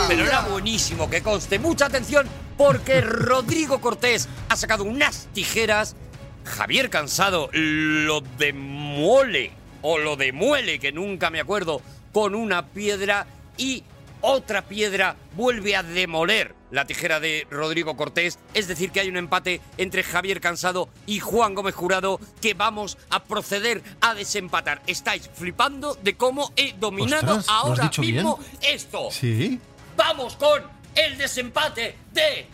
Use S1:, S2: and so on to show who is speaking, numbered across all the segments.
S1: Pero era buenísimo que conste. Mucha atención porque Rodrigo Cortés ha sacado unas tijeras Javier Cansado lo demole o lo demuele, que nunca me acuerdo, con una piedra y otra piedra vuelve a demoler la tijera de Rodrigo Cortés. Es decir, que hay un empate entre Javier Cansado y Juan Gómez Jurado que vamos a proceder a desempatar. Estáis flipando de cómo he dominado
S2: Ostras, lo has
S1: ahora
S2: dicho
S1: mismo esto.
S2: Sí.
S1: Vamos con el desempate de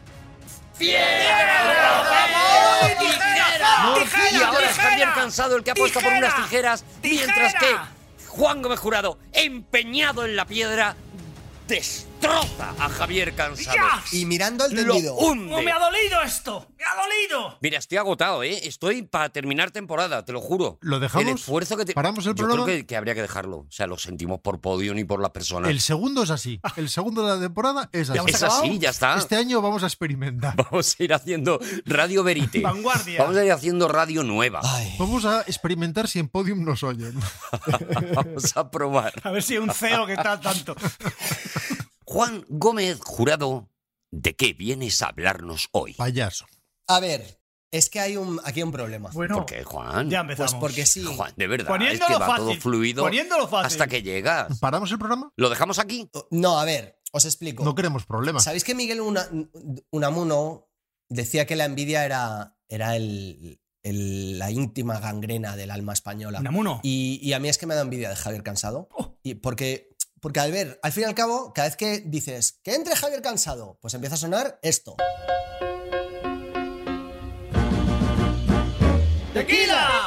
S1: ¡Piedra, papel, tijera!
S3: ¡Tijera,
S1: Y ahora es
S3: tijera!
S1: Javier Cansado el que apuesta por
S3: ¡Tijera,
S1: unas tijeras, mientras que
S3: tijera!
S1: Juan Gómez Jurado, empeñado en la piedra, destroza a Javier Cansado.
S3: ¡Ya!
S4: Y mirando al
S1: Lo
S4: tendido.
S1: hunde.
S3: ¡Cómo me ha dolido esto! ¡Me ha dolido!
S1: Mira, estoy agotado, ¿eh? Estoy para terminar temporada, te lo juro.
S2: ¿Lo dejamos?
S1: El esfuerzo que te-
S2: ¿Paramos el
S1: Yo
S2: programa?
S1: creo que, que habría que dejarlo. O sea, lo sentimos por podio ni por las personas.
S2: El segundo es así. El segundo de la temporada es así.
S1: Es así, ya está.
S2: Este año vamos a experimentar.
S1: Vamos a ir haciendo Radio Verite.
S5: Vanguardia.
S1: Vamos a ir haciendo radio nueva.
S4: Ay,
S2: Vamos a experimentar si en podium nos oyen.
S1: Vamos a probar.
S5: A ver si hay un CEO que está al tanto.
S1: Juan Gómez Jurado, ¿de qué vienes a hablarnos hoy?
S2: Payaso.
S4: A ver, es que hay un, aquí hay un problema.
S5: Bueno,
S1: ¿Por qué, Juan?
S5: ya
S4: pues
S5: empezamos.
S4: porque sí.
S1: Juan, de verdad, es
S5: Poniéndolo
S1: que va
S5: fácil,
S1: todo fluido
S5: poniéndolo fácil.
S1: hasta que llegas.
S2: ¿Paramos el programa?
S1: ¿Lo dejamos aquí?
S4: No, a ver, os explico.
S2: No queremos
S5: Ah.
S2: problemas.
S4: ¿Sabéis que Miguel Una- Unamuno decía que la envidia era, era el- el- la íntima gangrena del alma española?
S5: Namuno.
S4: Y, y a mí es que me da envidia de Javier Cansado.
S5: Oh.
S4: Y porque, porque al ver, al fin y al cabo, cada vez que dices que entre Javier Cansado, pues empieza a sonar esto.
S5: ¡Tequila!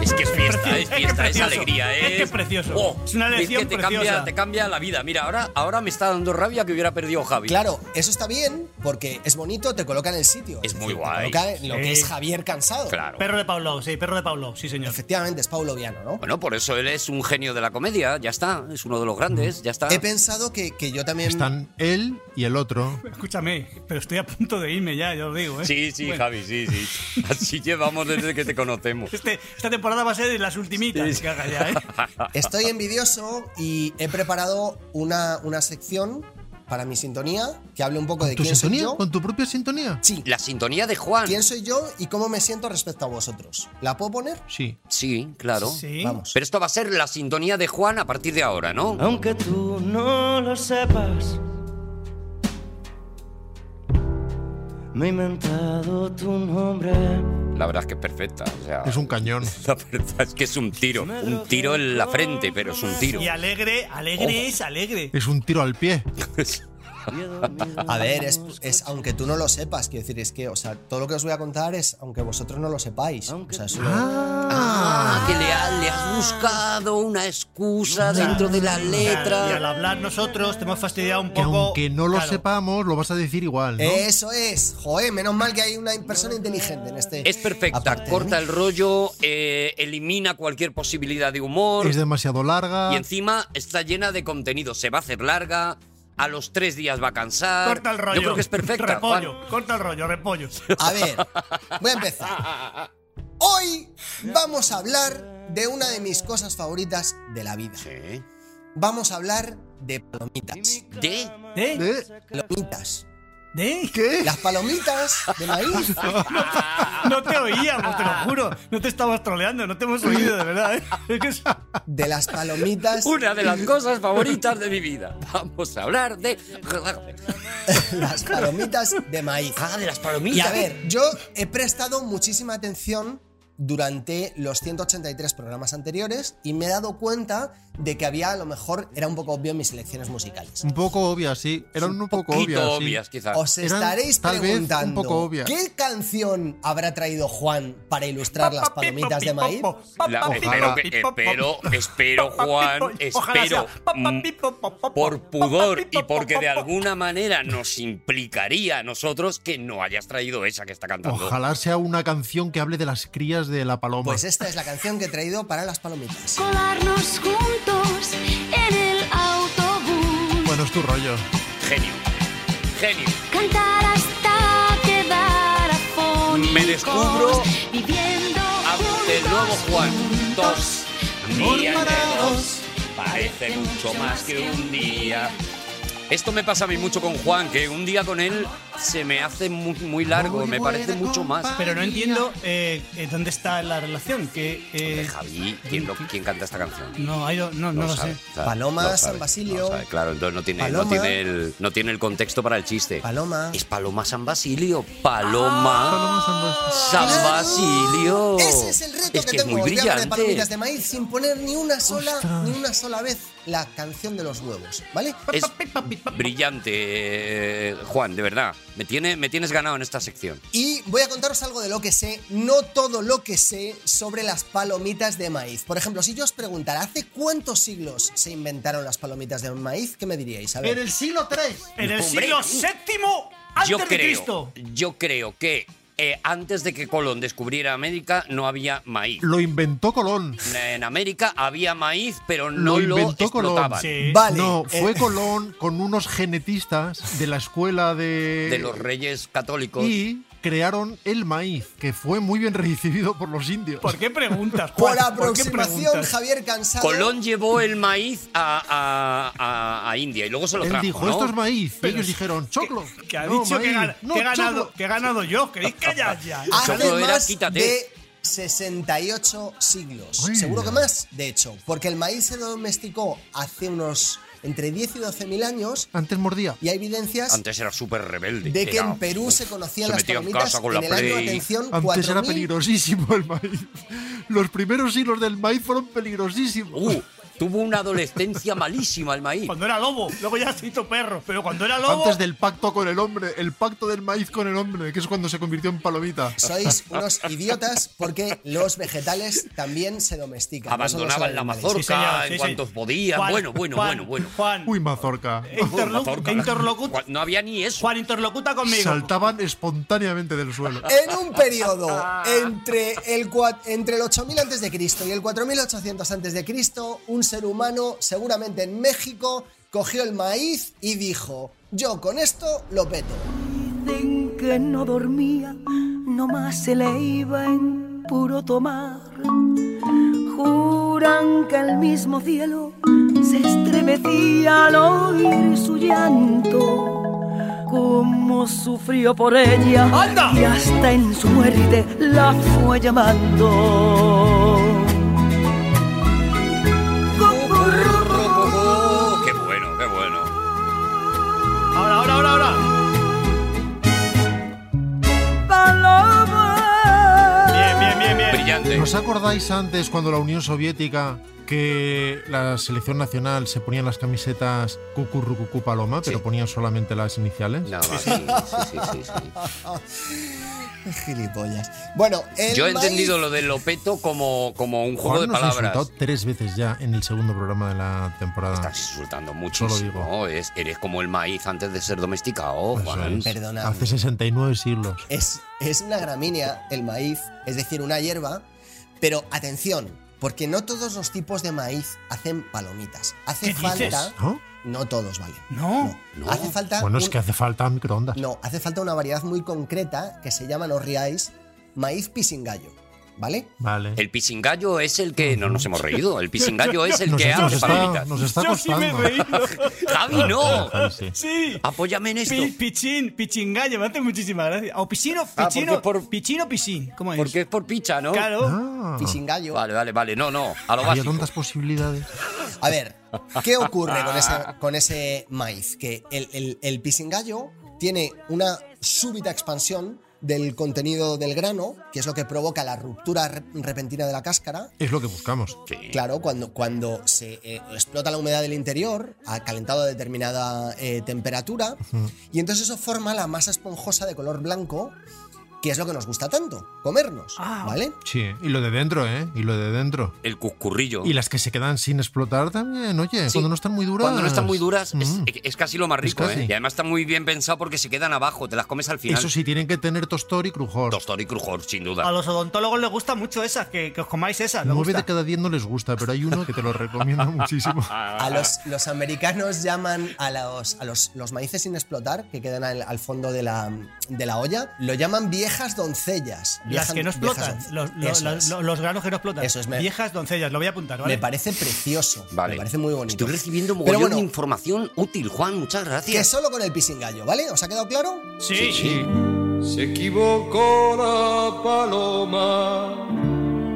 S1: Es que es
S5: Precioso,
S1: fiesta, es
S5: es que
S1: fiesta, es,
S5: precioso,
S1: alegría,
S5: es que es precioso.
S1: Oh,
S5: Es una elección
S1: es que te
S5: preciosa.
S1: Cambia, te cambia la vida. Mira, ahora, ahora me está dando rabia que hubiera perdido Javi.
S4: Claro, eso está bien porque es bonito, te coloca en el sitio.
S1: Es muy
S4: te
S1: guay.
S4: coloca en lo
S5: Sí.
S4: que es Javier Cansado.
S1: Claro.
S5: Perro de Pablo, sí, perro de Pablo, sí, señor.
S4: Efectivamente, es Paulo Viano, ¿no?
S1: Bueno, por eso él es un genio de la comedia, ya está. Es uno de los grandes, ya está.
S4: He pensado que, que yo también.
S2: Están él y el otro.
S5: Escúchame, pero estoy a punto de irme ya, ya os digo, ¿eh?
S1: Sí, sí,
S5: Bueno,
S1: Javi, sí, sí. Así llevamos desde que te conocemos.
S5: este- esta temporada va a ser de las ultimitas
S1: Sí, sí.
S5: que haga ya, ¿eh?
S4: Estoy envidioso y he preparado una, una sección para mi sintonía que hable un poco de
S2: ¿Tu
S4: quién soy
S2: sintonía?
S4: yo.
S2: ¿Con tu propia sintonía?
S4: Sí,
S1: La sintonía de Juan.
S4: quién soy yo y cómo me siento respecto a vosotros. ¿La puedo poner?
S2: Sí.
S1: Sí, claro.
S5: Sí.
S4: Vamos.
S1: Pero esto va a ser la sintonía de Juan a partir de ahora, ¿no?
S6: Aunque tú no lo sepas, me he inventado tu nombre.
S1: La verdad es que es perfecta. O sea,
S2: Es un cañón.
S1: La verdad es que es un tiro. Un tiro en la frente, pero es un tiro.
S5: Y alegre, alegre es alegre.
S2: Es un tiro al pie.
S6: y he dormido
S4: A ver, es,
S6: en los
S4: es
S6: coches.
S4: aunque tú no lo sepas, quiero decir, es que, o sea, todo lo que os voy a contar es aunque vosotros no lo sepáis. O sea, es una-
S1: Ah, que le, ha- le has buscado una excusa dentro de la
S5: Y al
S1: letra.
S5: hablar nosotros te hemos fastidiado un
S2: Que
S5: poco.
S2: aunque no lo
S5: Claro.
S2: sepamos, lo vas a decir igual, ¿no?
S1: Eh,
S4: Eso es, joder, menos mal que hay una persona inteligente en este.
S1: Es perfecta.
S4: Aparte de
S1: Corta
S4: mí.
S1: el rollo, eh, elimina cualquier posibilidad de humor.
S2: Es demasiado larga.
S5: Ah.
S1: Y encima está llena de contenido. Se va a hacer larga. A los tres días va a cansar.
S5: Corta el rollo.
S1: Yo creo que es perfecta. Juan.
S5: Repollo, corta el rollo, repollo.
S4: A ver, voy a empezar. Hoy vamos a hablar de una de mis cosas favoritas de la vida.
S1: Sí.
S4: Vamos a hablar de palomitas.
S1: De
S5: ¿Eh?
S2: ¿Eh?
S4: Palomitas.
S5: ¿Eh?
S2: ¿Qué?
S4: Las palomitas de maíz.
S5: No te oíamos, te lo juro. No te estabas troleando, no te hemos oído, de verdad. ¿eh? Es que es-
S4: De las palomitas.
S1: Una de las cosas favoritas de mi vida. Vamos a hablar de.
S4: Las palomitas de maíz.
S1: Ah, de las
S4: Y
S1: palomitas.
S4: a ver, yo he prestado muchísima atención durante los 183 programas anteriores y me he dado cuenta de que había, a lo mejor, era un poco obvio en mis elecciones musicales.
S2: Un poco obvia, sí. Eran un poco
S1: Poquito
S2: obvias. sí.
S1: obvias, quizás.
S4: Os
S2: Eran,
S4: estaréis
S2: tal vez, un
S4: preguntando
S2: poco obvias.
S4: qué canción habrá traído Juan para ilustrar las palomitas de maíz.
S1: La- espero, que- espero, espero, Juan, espero, mm, por pudor y porque de alguna manera nos implicaría a nosotros que no hayas traído esa que está cantando.
S2: Ojalá sea una canción que hable de las crías de la paloma.
S4: Pues esta es la canción que he traído para las palomitas.
S7: colarnos juntos en el autobús,
S2: Bueno, es tu rollo.
S1: Genio, genio.
S7: cantar hasta quedar afónicos,
S1: Me descubro
S7: viviendo
S1: Ah, de
S7: juntos,
S1: nuevo Juan,
S7: juntos.
S1: dos, un día entre dos, parece mucho más que un día. Esto me pasa a mí mucho con Juan, que un día con él se me hace muy, muy largo, me parece mucho más.
S5: Pero no entiendo eh, eh, dónde está la relación. Que, eh,
S1: Javi, ¿quién, lo- quién canta esta canción?
S5: no, I don't- no, no lo
S1: sabe,
S5: sé.
S1: sabe,
S4: Paloma,
S1: no sabe,
S4: San
S1: no
S4: Basilio.
S1: sabe, claro, entonces no tiene, no,
S4: Paloma.
S1: tiene el, no tiene el contexto para el chiste.
S4: Paloma.
S1: Es Paloma San Basilio. Paloma San
S4: Claro.
S1: Basilio.
S4: Ese es el reto
S1: Es
S4: que,
S1: que es
S4: tengo.
S1: muy
S4: Voy a hablar de
S1: brillante.
S4: palomitas de maíz sin poner ni una sola,
S2: Ostras.
S4: ni una sola vez la canción de los huevos, ¿vale?
S1: Es brillante, eh, Juan, de verdad. Me, tiene, me tienes ganado en esta sección.
S4: Y voy a contaros algo de lo que sé, no todo lo que sé sobre las palomitas de maíz. Por ejemplo, si yo os preguntara, ¿hace cuántos siglos se inventaron las palomitas de maíz? ¿Qué me diríais? A ver.
S2: el siglo 3.
S3: En el
S1: Hombre,
S3: siglo
S1: uh,
S3: VII antes
S1: Yo
S3: de
S1: creo,
S3: Cristo.
S1: yo creo que eh, antes de que Colón descubriera América no había maíz.
S2: Lo inventó Colón.
S1: En América había maíz, pero no lo,
S2: Lo inventó Colón.
S1: explotaban.
S3: Sí.
S4: Vale.
S2: No,
S4: eh,
S2: fue Colón con unos genetistas de la escuela de.
S1: De los reyes católicos.
S2: Y crearon el maíz, que fue muy bien recibido por los indios.
S5: ¿Por qué preguntas? Juan?
S4: por
S5: ¿Por qué
S4: aproximación,
S5: preguntas?
S4: Javier Cansado.
S1: Colón llevó el maíz a, a- a- a India y luego se lo
S2: Él
S1: trajo.
S2: dijo,
S1: ¿no?
S2: esto es maíz. Y
S5: Pero
S2: ellos
S5: sí,
S2: dijeron, choclo.
S5: Que ha
S2: No,
S5: dicho que,
S2: maíz.
S5: gana-
S2: No,
S5: que he ganado,
S2: choclo.
S5: que he ganado yo. ¿Queréis callar ya?
S4: Hace
S1: Solo era
S4: más
S1: quítate.
S4: de 68 siglos.
S2: Uy.
S4: Seguro que más, de hecho. Porque el maíz se domesticó hace unos entre 10 y 12 mil años
S2: Antes mordía.
S4: y hay evidencias
S1: Antes era súper rebelde.
S4: de que
S1: era-
S4: en Perú se conocían
S1: se
S4: las
S1: metía en
S4: palomitas
S1: casa
S4: en,
S1: con la
S4: el año,
S1: Play.
S4: atención,
S2: Antes era
S4: 4000.
S2: peligrosísimo el maíz. Los primeros hilos del maíz fueron peligrosísimos.
S1: Uh, tuvo una adolescencia malísima el maíz.
S5: Cuando era lobo, luego ya se hizo perro. Pero cuando era lobo.
S2: Antes del pacto con el hombre, el pacto del maíz con el hombre, que es cuando se convirtió en palomita.
S4: Sois unos idiotas porque los vegetales también se domestican. no solo son
S1: Abandonaban la
S4: animales.
S1: mazorca
S5: señor,
S1: en
S5: sí,
S1: cuanto
S5: sí.
S1: podían.
S5: Juan,
S1: bueno, bueno,
S5: Juan,
S1: bueno, bueno.
S5: Juan,
S2: Uy, mazorca.
S1: Eh,
S5: interlo-
S1: Mazorca, la-
S5: interlocu-
S1: Juan, No había ni eso.
S5: Juan, interlocuta conmigo.
S2: Saltaban espontáneamente del suelo.
S4: En un periodo entre el, cua- entre el 8000 antes de Cristo y el 4800 antes de Cristo, un ser humano, seguramente en México, cogió el maíz y dijo, yo con esto lo peto.
S8: Dicen que no dormía, nomás se le iba en puro tomar. Juran que el mismo cielo se estremecía al oír su llanto. Cómo sufrió por ella
S3: ¡Anda!
S8: y hasta en su muerte la fue llamando.
S1: Oh, qué bueno, qué bueno.
S3: Ahora, ahora, ahora, ahora.
S8: Paloma.
S3: Bien, bien, bien,
S5: Eh,
S3: bien.
S1: Brillante.
S2: ¿Os acordáis antes cuando la Unión Soviética que la selección nacional se ponían las camisetas cucurrucucú paloma, pero
S1: Sí.
S2: ponían solamente las iniciales?
S1: Nada más, sí, sí, sí, sí, sí.
S4: Gilipollas. Bueno, el
S1: Yo he
S4: maíz-
S1: entendido lo del lopeto como, como un juego
S2: Juan
S1: de
S2: nos ha
S1: palabras.
S2: insultado tres veces ya en el segundo programa de la temporada.
S1: Estás insultando mucho.
S2: Solo digo.
S1: Es, eres como el maíz antes de ser domesticado,
S2: Eso
S1: Juan.
S2: es.
S4: Perdona.
S2: Hace 69 siglos.
S4: Es, es una gramínea, el maíz, es decir, una hierba, pero atención, porque no todos los tipos de maíz hacen palomitas. Hace
S5: ¿Qué dices?
S4: falta...
S2: ¿No?
S4: No todos, vale.
S5: No.
S1: No.
S4: Hace falta
S2: Bueno, es
S4: un-
S2: que hace falta microondas.
S4: No, hace falta una variedad muy concreta que se llama, no os riáis, maíz pisingallo, ¿vale?
S2: Vale.
S1: El pisingallo es el que. No nos hemos reído. El pisingallo es el
S2: Nos,
S1: que
S2: está- nos
S1: hace
S2: está,
S1: palomitas.
S2: nos Ah, está
S5: Yo sí me he
S2: costando.
S5: reído.
S1: ¡Javi, no!
S2: Javi, sí.
S5: Sí.
S1: Apóyame en esto.
S5: Pi- pichín, pichingallo, me hace muchísima gracia. O pichino,
S1: Ah,
S5: pichino,
S1: porque por-
S5: pichino, pichín. ¿Cómo es?
S1: Porque es por picha, ¿no?
S5: Claro.
S2: Ah,
S4: Pisingallo.
S1: Vale, vale, vale. No, no. A lo
S2: había
S1: básico.
S2: tantas posibilidades.
S4: A ver, ¿qué ocurre con ese, con ese maíz? Que el, el- el pisingallo tiene una súbita expansión del contenido del grano, que es lo que provoca la ruptura re- repentina de la cáscara.
S2: Es lo que buscamos.
S1: Sí.
S4: Claro, cuando, cuando se eh, explota la humedad del interior, ha calentado a determinada eh, temperatura, y entonces eso forma la masa esponjosa de color blanco, que es lo que nos gusta tanto, comernos,
S5: Ah,
S4: ¿vale?
S2: Sí, y lo de dentro, ¿eh? Y lo de dentro.
S1: El cuscurrillo.
S2: Y las que se quedan sin explotar también, oye,
S1: Sí.
S2: cuando no están muy duras.
S1: Cuando no están muy duras, es,
S2: Mm.
S1: es casi lo más
S2: Es
S1: rico,
S2: casi.
S1: ¿eh? Y además está muy bien pensado porque se quedan abajo, te las comes al final.
S2: Eso sí, tienen que tener tostor y crujor.
S1: Tostor y crujor, sin
S5: A
S1: duda.
S5: los odontólogos les gusta mucho esas, que, que os comáis esas. les
S2: Nueve
S5: gusta.
S2: de cada diez no les gusta, pero hay uno que te lo recomiendo muchísimo.
S1: Ah.
S4: A los, los americanos llaman a, los, a los, los maíces sin explotar, que quedan al, al fondo de la, de la olla, lo llaman vieja Viejas doncellas.
S5: Las
S4: Viejas-
S5: que no
S4: viejas
S5: explotan.
S4: doncellas.
S5: Los, los-
S4: Eso es.
S5: los- los granos que no explotan.
S4: Eso es, me-
S5: Viejas doncellas, lo voy a apuntar, ¿vale?
S4: Me parece precioso.
S1: Vale.
S4: Me parece muy bonito.
S1: Estoy recibiendo
S4: Pero
S1: mogollón
S4: bueno.
S1: de información útil, Juan. Muchas
S4: Que
S1: gracias.
S4: solo con el pisingallo, ¿vale? ¿Os ha quedado claro?
S5: Sí, sí.
S9: Se equivocó la paloma.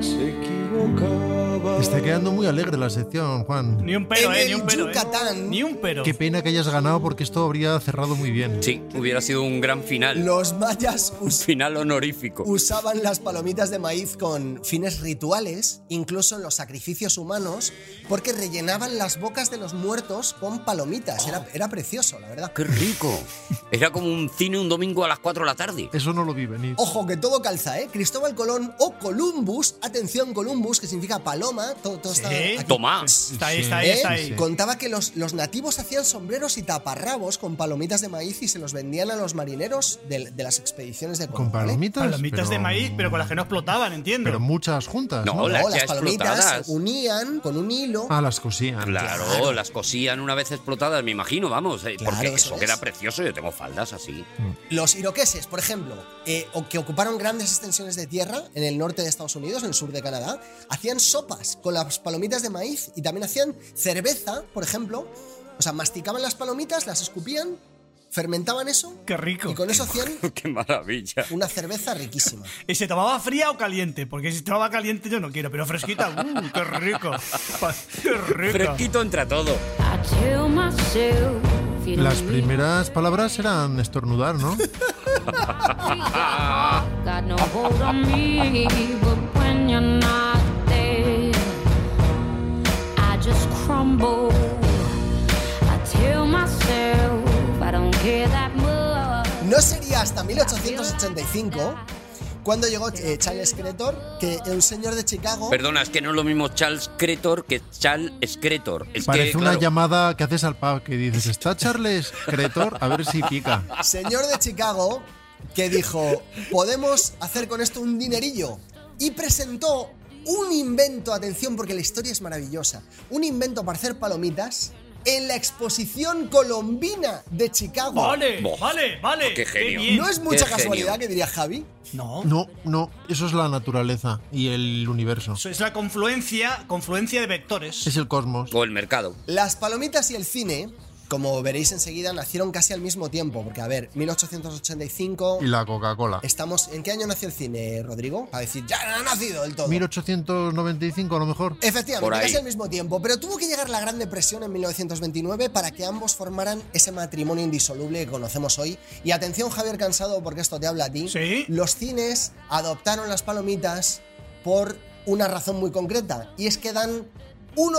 S9: Se equivocaba.
S2: Te está quedando muy alegre la sección, Juan.
S5: Ni un pero,
S4: en
S5: eh,
S4: el
S5: ni un pero. eh.
S4: Yucatán,
S5: Ni un pero.
S2: Qué pena que hayas ganado porque esto habría cerrado muy bien.
S1: Sí, hubiera sido un gran final.
S4: los mayas us-
S1: Final honorífico.
S4: usaban las palomitas de maíz con fines rituales, incluso en los sacrificios humanos, porque rellenaban las bocas de los muertos con palomitas. Era, era precioso, la verdad.
S1: ¡Qué rico! Era como un cine un domingo a las 4 de la tarde.
S2: Eso no lo vi venir.
S4: Ojo, que todo calza, ¿eh? Cristóbal Colón o Columbus, atención, Columbus, que significa paloma, todo, todo está
S5: Sí.
S4: aquí.
S1: Tomás.
S5: Está ahí,
S2: Sí,
S5: está ahí,
S4: ¿Eh?
S5: está ahí.
S4: Contaba que los, los nativos hacían sombreros y taparrabos con palomitas de maíz y se los vendían a los marineros de, de las expediciones de Colón.
S2: Con
S4: ¿vale?
S2: palomitas.
S5: Palomitas de
S2: pero-
S5: maíz, pero con las que no explotaban, entiendo.
S2: Pero muchas juntas.
S1: No,
S2: No,
S1: la-
S4: No,
S1: Las
S4: las
S1: ya
S4: palomitas
S1: explotadas.
S4: se unían con un hilo.
S2: Ah, las cosían.
S1: Claro, las cosían una vez explotadas, me imagino, vamos. eh,
S4: Claro,
S1: porque
S4: eso
S1: eso
S4: es.
S1: queda precioso. Yo tengo faldas así.
S2: Mm.
S4: Los iroqueses, por ejemplo, eh, o que ocuparon grandes extensiones de tierra en el norte de Estados Unidos, en el sur de Canadá, hacían sopas con las palomitas de maíz y también hacían cerveza, por ejemplo. O sea, masticaban las palomitas, las escupían, fermentaban eso
S5: Qué rico.
S4: y con eso hacían
S1: ¡Qué maravilla!
S4: una cerveza riquísima.
S5: ¿Y se tomaba fría o caliente? Porque si se tomaba caliente yo no quiero, pero fresquita, ¡uh, qué rico! Pa- ¡Qué rico!
S1: Fresquito entra todo.
S7: I tell myself, you
S2: Las
S7: don't need
S2: primeras palabras eran estornudar, ¿no?
S7: got no hold on me, but when you're not there, I just crumble. I tell myself I don't care that much.
S4: No sería hasta 1885 cuando llegó eh, Charles Cretor, que un señor de Chicago.
S1: Perdona, es que no es lo mismo Charles Cretor que Charles Scretor. Es
S2: Parece
S1: que,
S2: una
S1: claro,
S2: llamada que haces al pub que dices, ¿está Charles Cretor? A ver si pica.
S4: señor de Chicago que dijo, podemos hacer con esto un dinerillo. Y presentó un invento, atención porque la historia es maravillosa, un invento para hacer palomitas en la exposición colombina de Chicago.
S5: ¡Vale!
S1: Bof.
S5: ¡Vale! ¡Vale!
S1: Qué genio.
S5: bien!
S4: No es mucha
S1: Qué
S4: casualidad
S1: genio.
S4: que diría Javi.
S5: No.
S2: No, no, eso es la naturaleza y el universo.
S5: Eso es la confluencia, confluencia de vectores.
S2: Es el cosmos.
S1: O el mercado.
S4: Las palomitas y el cine, como veréis enseguida, nacieron casi al mismo tiempo, porque a ver, 1885...
S2: Y la Coca-Cola.
S4: Estamos, ¿En qué año nació el cine, Rodrigo? Para decir, ya no ha nacido del todo.
S2: 1895 a lo mejor.
S1: Por
S4: Efectivamente,
S1: ahí.
S4: casi al mismo tiempo, pero tuvo que llegar la Gran Depresión en 1929 para que ambos formaran ese matrimonio indisoluble que conocemos hoy. Y atención, Javier Cansado, porque esto te habla a ti.
S5: Sí.
S4: Los cines adoptaron las palomitas por una razón muy concreta, y es que dan un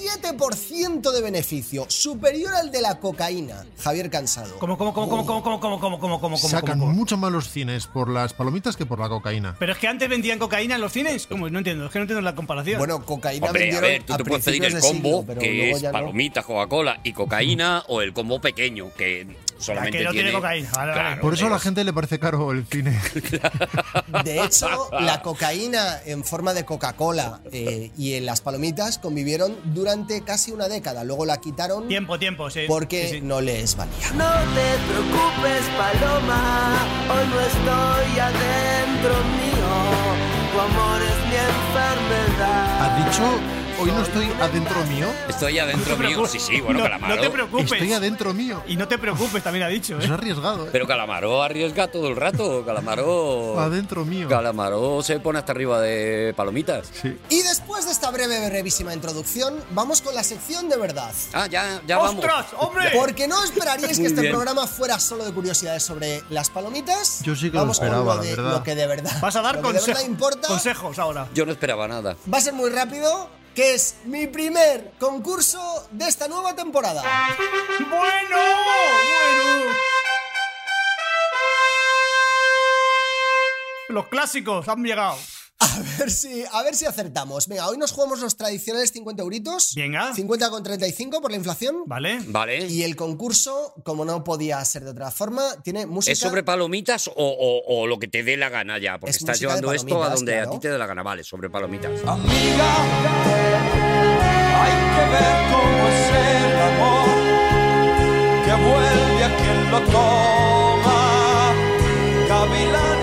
S4: 87% de beneficio, superior al de la cocaína, Javier Cansado.
S5: Como, como, como, como, como, como, como, como, como, como, como,
S2: Sacan
S5: como.
S2: mucho más los cines por las palomitas que por la cocaína.
S5: Pero es que antes vendían cocaína en los cines. Como no entiendo, es que no entiendo la comparación.
S4: Bueno, cocaína
S1: Hombre, a
S4: vendieron
S1: ver, tú
S4: a
S1: te puedes pedir
S4: principios
S1: el
S4: de siglo,
S1: combo,
S4: pero
S1: que
S4: luego
S1: es
S4: ya no.
S1: palomitas, Coca-Cola y cocaína, o el combo pequeño, que solamente
S5: que no tiene cocaína. Vale, vale.
S1: Claro,
S2: Por eso a la
S1: es-
S2: gente le parece caro el cine.
S4: De hecho, la cocaína en forma de Coca-Cola eh, y en las palomitas convivieron durante casi una década. Luego la quitaron
S5: Tiempo, tiempo, sí.
S4: porque
S5: Sí, sí.
S4: no les valía.
S8: No te preocupes, Paloma, hoy no estoy adentro mío. Tu amor es mi enfermedad.
S2: ¿Has dicho? Hoy no estoy adentro mío.
S1: Estoy
S5: No te
S1: adentro mío.
S5: preocupes.
S1: Sí, sí, bueno,
S5: no,
S1: Calamaro.
S5: No te preocupes.
S2: Estoy adentro mío.
S5: Y no te preocupes, también ha dicho,
S2: Es
S5: ¿eh?
S2: arriesgado. ¿eh?
S1: Pero Calamaro arriesga todo el rato. Calamaro.
S2: Adentro mío.
S1: Calamaro se pone hasta arriba de palomitas.
S2: Sí.
S4: Y después de esta breve, brevísima introducción, vamos con la sección de verdad.
S1: Ah, ya, ya vamos.
S5: ¡Ostras, hombre!
S4: Porque no esperaríais que
S1: Muy
S4: este
S1: bien.
S4: programa fuera solo de curiosidades sobre las palomitas.
S2: Yo sí que lo
S4: vamos con
S2: esperaba,
S4: lo, de-
S2: la verdad.
S4: lo que de verdad.
S5: Vas a dar
S4: lo que de
S5: consejo-
S4: verdad importa.
S5: consejos ahora.
S1: Yo no esperaba nada.
S4: Va a ser muy rápido, que es mi primer concurso de esta nueva temporada.
S5: ¡Bueno! ¡Bueno! Los clásicos han llegado.
S4: A ver si, a ver si acertamos. Venga, hoy nos jugamos los tradicionales 50 euritos.
S5: Venga.
S4: 50 con 35 por la inflación.
S5: ¿Vale?
S1: ¿Vale?
S4: Y el concurso, como no podía ser de otra forma, tiene música.
S1: ¿Es sobre palomitas o, o- o lo que te dé la gana ya? Porque
S4: Es
S1: estás
S4: música de
S1: llevando esto a
S4: palomitas,
S1: donde
S4: claro. Ah,
S1: a ti te dé la gana. Vale, sobre palomitas.
S9: Amiga, hay que ver cómo es el amor que vuelve a quien lo toma. Gavilano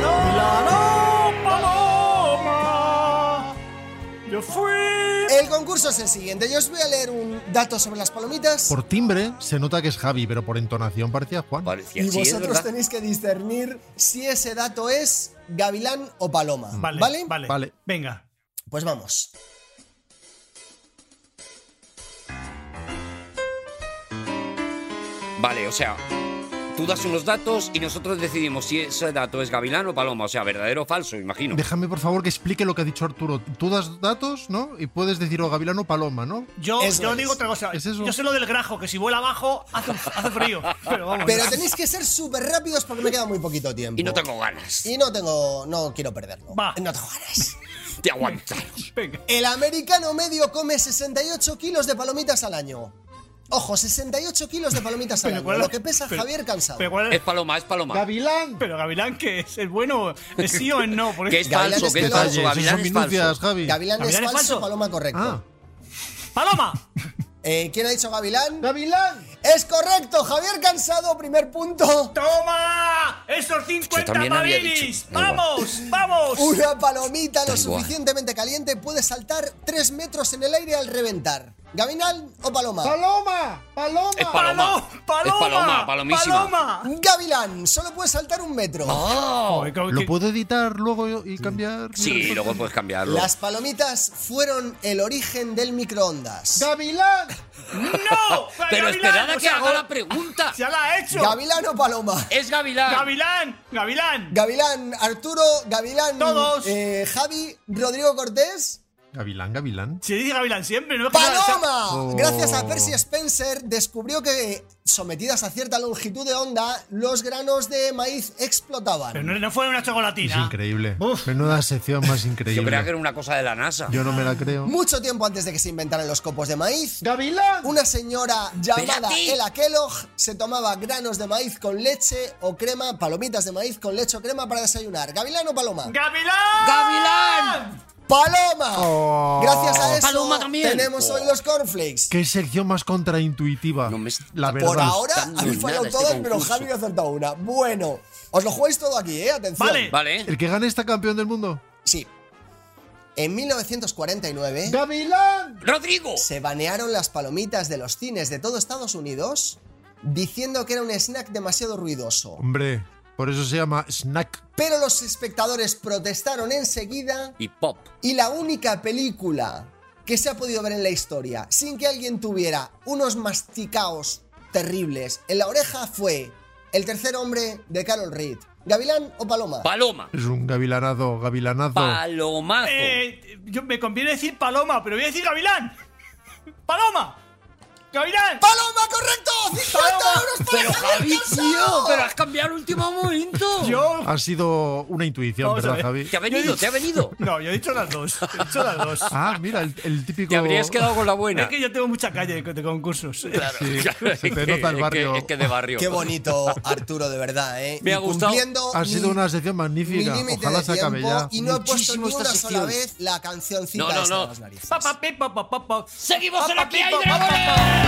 S4: es el siguiente. Yo os voy a leer un dato sobre las palomitas.
S2: Por timbre se nota que es Javi, pero por entonación parecía Juan.
S4: Y vosotros tenéis que discernir si ese dato es gavilán o paloma.
S5: Mm. Vale,
S4: Vale,
S5: vale. Venga.
S4: Pues vamos.
S1: Vale, o sea, tú das unos datos y nosotros decidimos si ese dato es gavilán o paloma, o sea, verdadero o falso, imagino.
S2: Déjame, por favor, que explique lo que ha dicho Arturo. Tú das datos, ¿no? Y puedes decir o Gavilano o Paloma, ¿no?
S5: Yo, yo digo otra cosa. Yo sé lo del grajo, que si vuela abajo hace, hace frío. Pero vamos.
S4: Pero tenéis que ser súper rápidos porque me queda muy poquito tiempo.
S5: Y no
S1: tengo ganas.
S4: Y no tengo. No quiero perderlo. No tengo ganas.
S1: Te aguantas.
S4: El americano medio come 68 kilos de palomitas al año. Ojo, 68 kilos de palomitas al
S5: Pero
S4: año.
S5: ¿cuál-
S4: Lo que pesa
S5: pero-
S4: Javier Cansado.
S5: Pero ¿cuál
S1: Es paloma, es paloma.
S2: Gavilán.
S5: Pero Gavilán, ¿qué es? ¿Es bueno? ¿Es sí o es no? Porque
S1: Que es Gavilán falso, es que es que no. falso, Gavilán Esas son es falso. minucias, Javi.
S4: Gavilán,
S5: ¿Gavilán
S4: es,
S5: es
S4: falso,
S5: falso?
S4: paloma correcto.
S5: Ah. ¡Paloma!
S4: Eh, ¿Quién ha dicho Gavilán? ¡Gavilán! ¡Es correcto! Javier Cansado, primer punto.
S5: ¡Toma! ¡Esos 50
S1: también había
S5: pavilis!
S1: dicho. Da igual.
S5: ¡Vamos! ¡Vamos!
S4: Una palomita lo
S1: Da igual.
S4: suficientemente caliente puede saltar 3 metros en el aire al reventar. ¿Gavilán o paloma?
S2: ¡Paloma! ¡Paloma!
S1: Es paloma.
S4: Palo-
S1: Es paloma, palomísima.
S4: Gavilán, solo puede saltar un metro.
S1: ¡Oh!
S2: ¿Lo puedo editar luego yo- y cambiar? pues,
S1: Sí, luego puedes cambiarlo.
S4: Las palomitas fueron el origen del microondas.
S2: pues. ¡Gavilán!
S5: ¡No!
S1: Pero esperad a
S5: o
S1: que
S5: sea,
S1: haga la pregunta.
S5: ¡Ya la ha hecho!
S4: ¿Gavilán o paloma?
S1: Es gavilán.
S5: ¡Gavilán! ¡Gavilán!
S4: Gavilán, Arturo, Gavilán,
S5: Todos.
S4: eh, Javi, Rodrigo Cortés.
S2: ¿Gavilán, Gavilán?
S5: Se dice Gavilán siempre, ¿no?
S4: ¡Paloma!
S2: Oh.
S4: Gracias a Percy Spencer descubrió que, sometidas a cierta longitud de onda, los granos de maíz
S5: Pero
S4: explotaban.
S5: no, no fue una
S2: Es
S5: chocolatina.
S2: increíble. Menuda sección más
S1: Yo creía que
S2: increíble.
S1: era una cosa de la NASA.
S2: Yo no me la creo.
S4: Mucho tiempo antes de que se inventaran los copos de maíz, una señora llamada
S1: Espérate.
S4: Ella Kellogg se tomaba granos de maíz con leche o crema, palomitas de maíz con leche o crema para desayunar. ¿Gavilán o paloma?
S5: ¡Gavilán!
S1: ¡Gavilán!
S4: ¡Paloma!
S2: Oh.
S4: Gracias a eso
S1: Paloma también.
S4: tenemos hoy los cornflakes.
S2: ¿Qué sección más contraintuitiva?
S1: No me-
S2: La verdad.
S4: Por ahora
S1: gustando
S4: habéis fallado
S1: nada este
S4: todas, pero
S1: concurso.
S4: Javi no ha acertado una. Bueno, os lo jugáis todo aquí, ¿eh? Atención.
S5: Vale.
S1: Vale.
S2: ¿El que gane está campeón del mundo?
S4: Sí. En 1949
S2: ¡Gavilán!
S1: ¡Rodrigo!
S4: se banearon las palomitas de los cines de todo Estados Unidos diciendo que era un snack demasiado ruidoso.
S1: Mm.
S2: Hombre, por eso se llama Snack.
S4: Pero los espectadores protestaron enseguida
S1: Y pop.
S4: y la única película que se ha podido ver en la historia sin que alguien tuviera unos masticaos terribles en la oreja fue El tercer hombre de Carol Reed. ¿Gavilán o Paloma?
S1: Paloma.
S2: Es un gavilanazo, gavilanazo.
S1: Palomazo.
S5: Eh, yo, me conviene decir paloma, pero voy a decir Gavilán. ¡Paloma! ¡Gavilán!
S4: ¡Paloma, correcto! ¡50 euros para
S1: pero Javi,
S4: Javier
S1: tío,
S4: Cansado!
S1: pero has cambiado el último momento.
S5: Yo.
S2: Ha sido una intuición,
S5: Vamos a
S2: ¿verdad,
S5: ver.
S2: Javi?
S1: Te ha venido, te ha venido.
S5: No, yo he dicho las dos. He dicho las dos.
S2: Ah, mira, el, el típico.
S1: Te habrías quedado con la buena.
S5: Es que yo tengo mucha calle de, de concursos.
S2: Sí,
S1: Claro,
S2: se
S1: es
S2: te
S1: que-
S2: nota
S1: es
S2: el
S1: que-
S2: barrio.
S1: Es que, de barrio.
S4: Qué bonito, Arturo, de verdad, ¿eh?
S1: Me ha
S4: Y
S1: gustado.
S4: cumpliendo
S2: Ha
S4: mi-
S2: sido una sección
S4: mi
S2: magnífica.
S4: límite
S2: Ojalá
S4: de
S2: se acabe
S4: tiempo
S2: ya.
S4: y no he puesto
S1: Muchísimo
S4: ni una
S1: esta
S4: sola
S1: sección.
S4: vez la cancioncita
S1: No, no,
S4: esta
S1: no.
S4: de las narices.
S5: Pa, pa, pi, pa, pa, pa, pa.
S1: Seguimos
S5: Pa,
S1: en
S5: pa,
S1: Aquí
S5: pi,
S1: hay
S5: pa, pa, pa,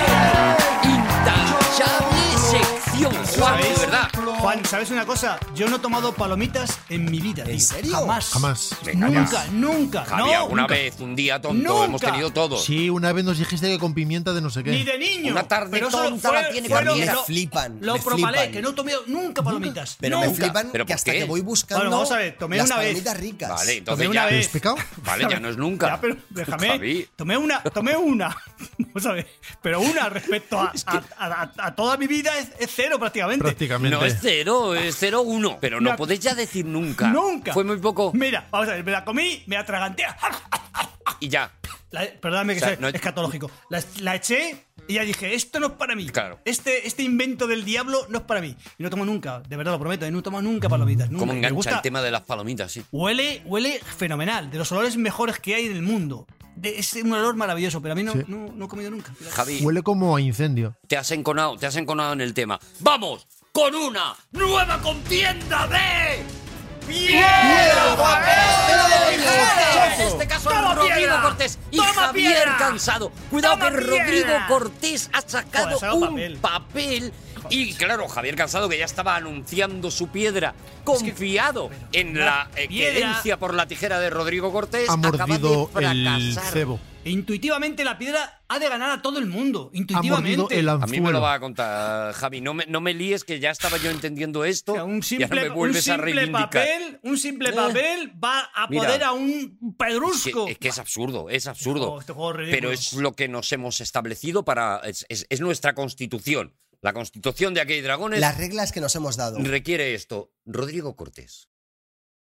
S1: Dragones. Intachable sección, Juan, de
S5: ¿Sabéis?
S1: verdad.
S5: Juan, ¿sabes una cosa? Yo no he tomado palomitas en mi vida, tío.
S4: serio?
S5: Jamás.
S2: Jamás.
S1: Venga, ya.
S5: Nunca, nunca.
S1: Javi,
S5: no,
S1: alguna
S5: nunca.
S1: vez, un día tonto,
S5: Nunca.
S1: hemos tenido todos.
S2: Sí, una vez nos dijiste que con pimienta de no sé qué.
S5: Ni de niño.
S1: Una tarde
S5: Pero eso
S1: tonta
S5: fue-
S1: la tiene
S5: fue lo-
S1: Javier.
S5: lo-
S4: Flipan,
S5: Lo
S4: me
S5: propalé,
S4: flipan.
S5: que no he tomado nunca palomitas.
S4: Pero me
S5: nunca.
S4: flipan
S1: ¿Pero
S4: que
S1: por
S4: hasta
S1: qué?
S4: que voy buscando
S5: Bueno, vamos a ver, tomé
S4: las
S5: una vez.
S4: palomitas ricas.
S1: Vale, entonces
S5: Tomé una vez.
S1: ya.
S2: ¿Te has pecado?
S1: Vale, ya no es nunca.
S5: Ya, pero déjame.
S1: Javi.
S5: Tomé una, tomé una. Vamos a ver. Pero una respecto a, a, a- a toda mi vida es, es cero prácticamente.
S2: Prácticamente.
S1: No es cero, es cero uno. Pero no
S5: Una-
S1: podéis ya decir nunca.
S5: Nunca.
S1: Fue muy poco
S5: Mira, vamos a ver, me la comí, me atraganté.
S1: y ya.
S5: La- perdóname que
S1: O sea,
S5: soy
S1: no-
S5: escatológico. La, la eché y ya dije, esto no es para mí.
S1: Claro.
S5: Este, este invento del diablo no es para mí. Y no tomo nunca, de verdad lo prometo, ¿eh? no tomo nunca palomitas. Nunca.
S1: ¿Cómo
S5: Me
S1: engancha
S5: gusta-
S1: el tema de las palomitas? Sí.
S5: Huele, huele fenomenal, de los olores mejores que hay en el mundo. De- es un olor maravilloso, pero a mí no,
S2: Sí.
S5: no, no he comido nunca.
S1: Javi,
S2: Huele como a incendio.
S1: te has enconado, te has enconado en el tema. ¡Vamos! ¡Con una nueva contienda de. ¡Piedra, papel o tijera! En este caso,
S5: ¡Toma
S1: Rodrigo
S5: piedra!
S1: Cortés y
S5: ¡Toma
S1: Javier
S5: piedra!
S1: Cansado. Cuidado
S5: ¡Toma
S1: que Rodrigo
S5: piedra!
S1: Cortés ha
S5: Joder,
S1: sacado
S5: saca
S1: un
S5: papel.
S1: papel Y claro, Javier Cansado, que ya estaba anunciando su piedra, confiado en la eh,
S5: piedra-
S1: querencia por la tijera de Rodrigo Cortés,
S2: Ha
S1: acaba de
S2: mordido el
S1: fracasar.
S2: cebo.
S5: E Intuitivamente la piedra ha de ganar a todo el mundo.
S2: Ha
S5: Intuitivamente.
S2: mordido el
S1: A mí me lo
S2: anzuelo.
S1: va a contar, Javi. No me, no me líes, que ya estaba yo entendiendo esto.
S5: Un
S1: y ahora
S5: simple,
S1: me
S5: un
S1: vuelves a
S5: simple
S1: reivindicar.
S5: papel, un simple
S1: Eh.
S5: papel va a
S1: Mira.
S5: poder a un
S1: Es que,
S5: pedrusco.
S1: es que es absurdo, es absurdo.
S5: Oh, este juego es ridículo.
S1: pero es lo que nos hemos establecido para. Es, es- es nuestra constitución. La constitución de aquí hay dragones
S4: Las reglas que nos hemos dado.
S1: requiere esto. Rodrigo Cortés,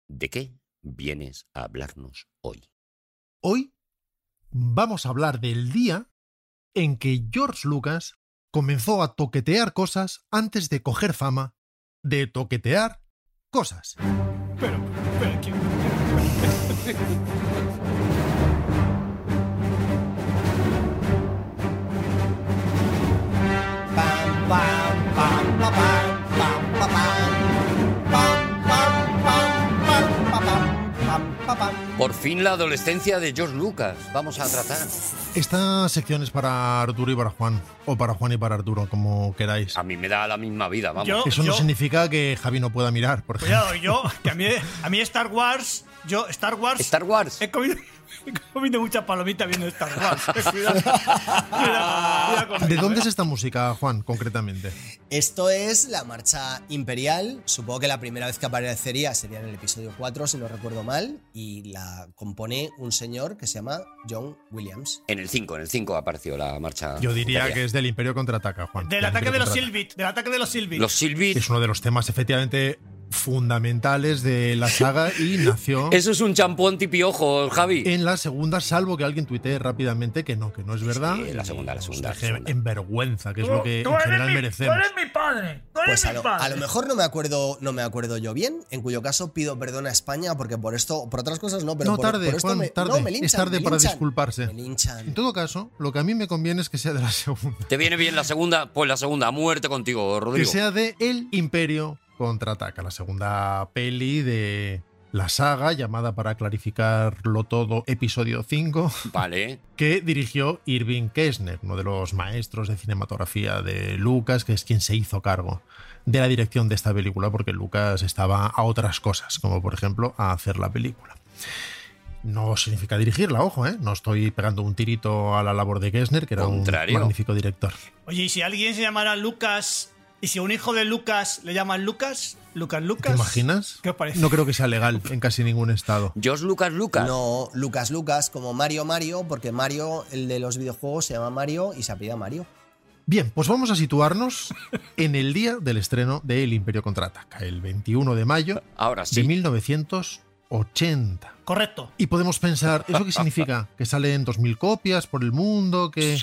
S1: ¿de qué vienes a hablarnos hoy?
S2: Hoy vamos a hablar del día en que George Lucas comenzó a toquetear cosas antes de coger fama de toquetear cosas.
S4: Pam, pam, pam, pa, pam, pam, pa, pam. Pam, pam, pam, pam, pa, pam, pam, pa, pam.
S1: Por fin la adolescencia de George Lucas. Vamos a tratar.
S2: Esta sección es para Arturo y para Juan, o para Juan y para Arturo, como queráis.
S1: A mí me da la misma vida, vamos.
S5: Ah, Yo-
S2: Eso no significa que Javi no pueda mirar, por ejemplo.
S5: Cuidado, yo, que a mí, a mí Star Wars, yo, Star Wars,
S1: Star Wars.
S5: he comido, he comido muchas palomitas viendo Star Wars. eh, Cuidado. Cuidado, cuidado con
S2: ¿De
S5: eso,
S2: dónde
S5: eh.
S2: es esta música, Juan, concretamente?
S4: Esto es la marcha imperial. Supongo que la primera vez que aparecería sería en el episodio 4, si no recuerdo mal. Y la compone un señor que se llama John Williams.
S1: En el 5, en el 5 apareció la marcha.
S2: Yo diría
S1: imperial.
S2: que es del Imperio Contraataca, Juan.
S5: Del
S2: Del
S5: ataque
S2: Imperio
S5: de los
S2: Contraataca.
S5: Silbit, del ataque de los Silbit.
S1: Los Silbit.
S2: Es uno de los temas efectivamente fundamentales de la saga y nació
S1: Eso es un champú antipiojo, Javi.
S2: en la segunda, salvo que alguien tuitee rápidamente que no, que no es verdad.
S1: Sí, la segunda, la
S2: Y nos
S1: segunda, la
S2: deje
S1: segunda.
S2: En vergüenza, que es lo que en general merecemos.
S5: padre.
S4: Pues a lo, a lo mejor no me acuerdo, no me acuerdo yo bien, en cuyo caso pido perdón a España porque por esto, por otras cosas no, pero
S2: No,
S4: por,
S2: tarde,
S4: por esto
S2: Juan,
S4: me,
S2: tarde.
S4: no, me linchan,
S2: es tarde
S4: me
S2: para
S4: linchan,
S2: disculparse.
S4: Me linchan.
S2: En todo caso, lo que a mí me conviene es que sea de la segunda.
S1: ¿Te viene bien la segunda? Pues la segunda, a muerte contigo,
S2: Que
S1: Rodrigo.
S2: sea de El Imperio Contraataca, la segunda peli de la saga, llamada para clarificarlo todo, episodio 5.
S1: Vale.
S2: que dirigió Irving Kessner, uno de los maestros de cinematografía de Lucas, que es quien se hizo cargo de la dirección de esta película, porque Lucas estaba a otras cosas, como por ejemplo a hacer la película. No significa dirigirla, ojo, ¿eh? no estoy pegando un tirito a la labor de Kessner, que era
S1: Contrario.
S2: un magnífico director.
S5: Oye, y si alguien se llamara Lucas, y si un hijo de Lucas le llaman Lucas, Lucas Lucas.
S2: ¿Te imaginas?
S5: ¿Qué os parece?
S2: No creo que sea legal en casi ningún estado.
S1: George Lucas Lucas.
S4: No, Lucas Lucas, como Mario Mario, porque Mario, el de los videojuegos, se llama Mario y se apellida Mario.
S2: Bien, pues vamos a situarnos en el día del estreno de El Imperio Contraataca, el 21 de mayo
S1: Ahora
S2: de
S1: sí.
S2: 1980.
S5: Correcto.
S2: Y podemos pensar, ¿eso qué significa? ¿Que salen 2.000 copias por el mundo? Que...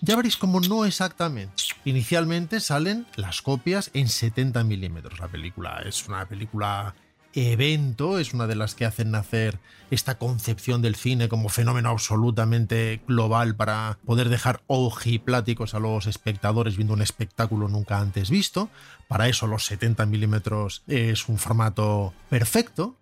S2: Ya veréis cómo no exactamente. Inicialmente salen las copias en 70 milímetros. La película es una película evento, es una de las que hacen nacer esta concepción del cine como fenómeno absolutamente global para poder dejar ojipláticos a los espectadores viendo un espectáculo nunca antes visto. Para eso los 70 milímetros es un formato perfecto.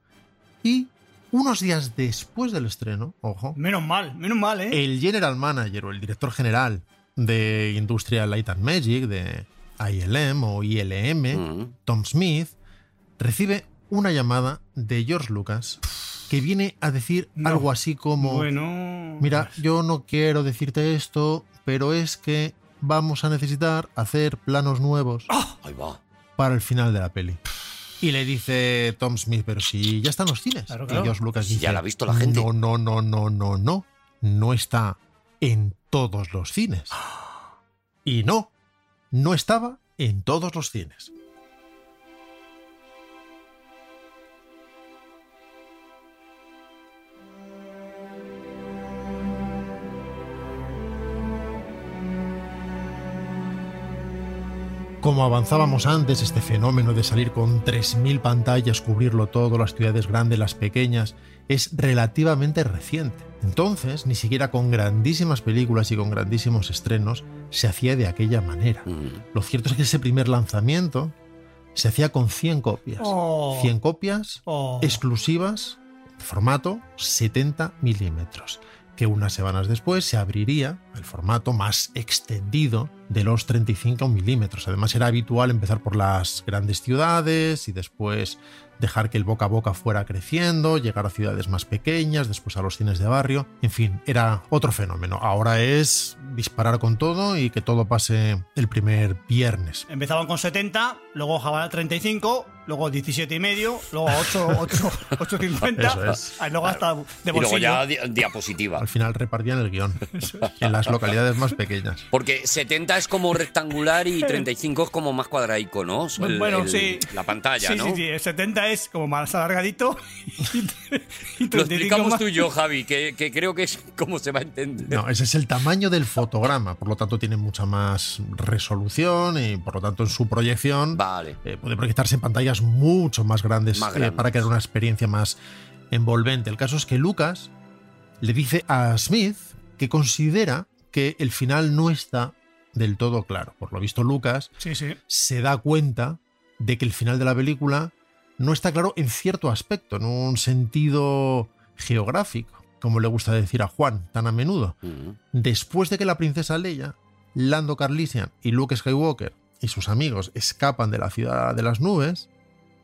S2: Y unos días después del estreno, ojo,
S5: Menos mal, menos mal, ¿eh?
S2: el general manager o el director general de Industrial Light and Magic, de ILM o ILM,
S1: Mm.
S2: Tom Smith, recibe una llamada de George Lucas que viene a decir
S5: No.
S2: algo así como,
S5: bueno.
S2: mira, yo no quiero decirte esto, pero es que vamos a necesitar hacer planos nuevos
S1: Ahí va.
S2: para el final de la peli. Y le dice Tom Smith, pero si ya están los cines.
S5: Claro, claro.
S2: Y George Lucas
S1: Si
S2: dice,
S1: ya la ha visto la gente.
S2: No, no, no, no, no, no. No está en todos los cines. Y no, no estaba en todos los cines. Como avanzábamos antes, este fenómeno de salir con 3.000 pantallas, cubrirlo todo, las ciudades grandes, las pequeñas, es relativamente reciente. Entonces, ni siquiera con grandísimas películas y con grandísimos estrenos se hacía de aquella manera.
S1: Mm.
S2: Lo cierto es que ese primer lanzamiento se hacía con 100 copias.
S5: Oh.
S2: 100 copias
S5: Oh.
S2: exclusivas, formato 70 milímetros. que unas semanas después se abriría el formato más extendido de los 35 milímetros. Además era habitual empezar por las grandes ciudades y después dejar que el boca a boca fuera creciendo, llegar a ciudades más pequeñas, después a los cines de barrio. En fin, era otro fenómeno. Ahora es disparar con todo y que todo pase el primer viernes.
S5: Empezaban con 70, luego bajaban a 35, luego 17 y medio, luego a 8, 8, 8.50,
S2: Eso es.
S5: y ah, luego hasta de
S1: y luego
S5: bolsillo.
S1: ya di- diapositiva.
S2: Al final repartían el guión en las localidades más pequeñas.
S1: Porque 70 es como rectangular y 35 es como más cuadraico, ¿no? El-
S5: bueno,
S1: el-
S5: sí.
S1: La pantalla,
S5: sí,
S1: ¿no?
S5: sí, sí, el 70 es como más alargadito y,
S1: Lo
S5: 35
S1: explicamos
S5: más-
S1: tú y yo, Javi, que, que creo que es como se va a entender.
S2: No, ese es el tamaño del fotograma, por lo tanto tiene mucha más resolución y por lo tanto en su proyección
S1: Vale.
S2: eh, puede proyectarse en pantallas mucho más grandes,
S1: Más
S2: eh,
S1: grandes.
S2: para crear una experiencia más envolvente. El caso es que Lucas le dice a Smith que considera que el final no está del todo claro. Por lo visto Lucas
S5: Sí, sí.
S2: se da cuenta de que el final de la película no está claro en cierto aspecto, en un sentido geográfico, como le gusta decir a Juan tan a menudo.
S1: Mm.
S2: Después de que la princesa Leia, Lando Carlisian y Luke Skywalker y sus amigos escapan de la ciudad de las nubes,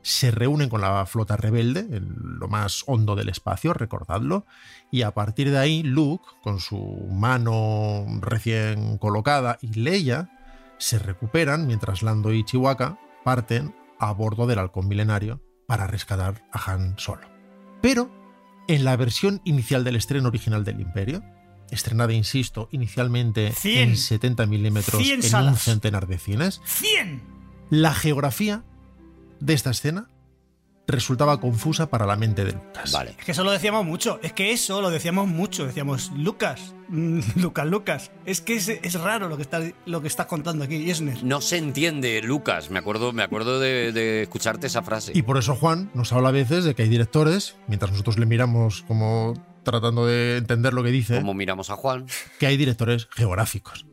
S2: se reúnen con la flota rebelde, en lo más hondo del espacio, recordadlo, y a partir de ahí Luke, con su mano recién colocada, y Leia se recuperan mientras Lando y Chihuahua parten a bordo del halcón milenario para rescatar a Han Solo. Pero, en la versión inicial del estreno original del Imperio, estrenada, insisto, inicialmente
S5: Cien.
S2: en 70 milímetros
S5: Cien
S2: en un
S5: salas.
S2: centenar de cines,
S5: ¡100!
S2: la geografía de esta escena resultaba confusa para la mente de Lucas.
S1: Vale.
S5: Es que eso lo decíamos mucho. Es que eso lo decíamos mucho. Decíamos, Lucas, mm, Lucas, Lucas. Es que es, es raro lo que, estás, lo que estás contando aquí, Yesner.
S1: No se entiende, Lucas. Me acuerdo, me acuerdo de, de escucharte esa frase.
S2: Y por eso Juan nos habla a veces de que hay directores, mientras nosotros le miramos como tratando de entender lo que dice,
S1: Como miramos a Juan.
S2: que hay directores geográficos.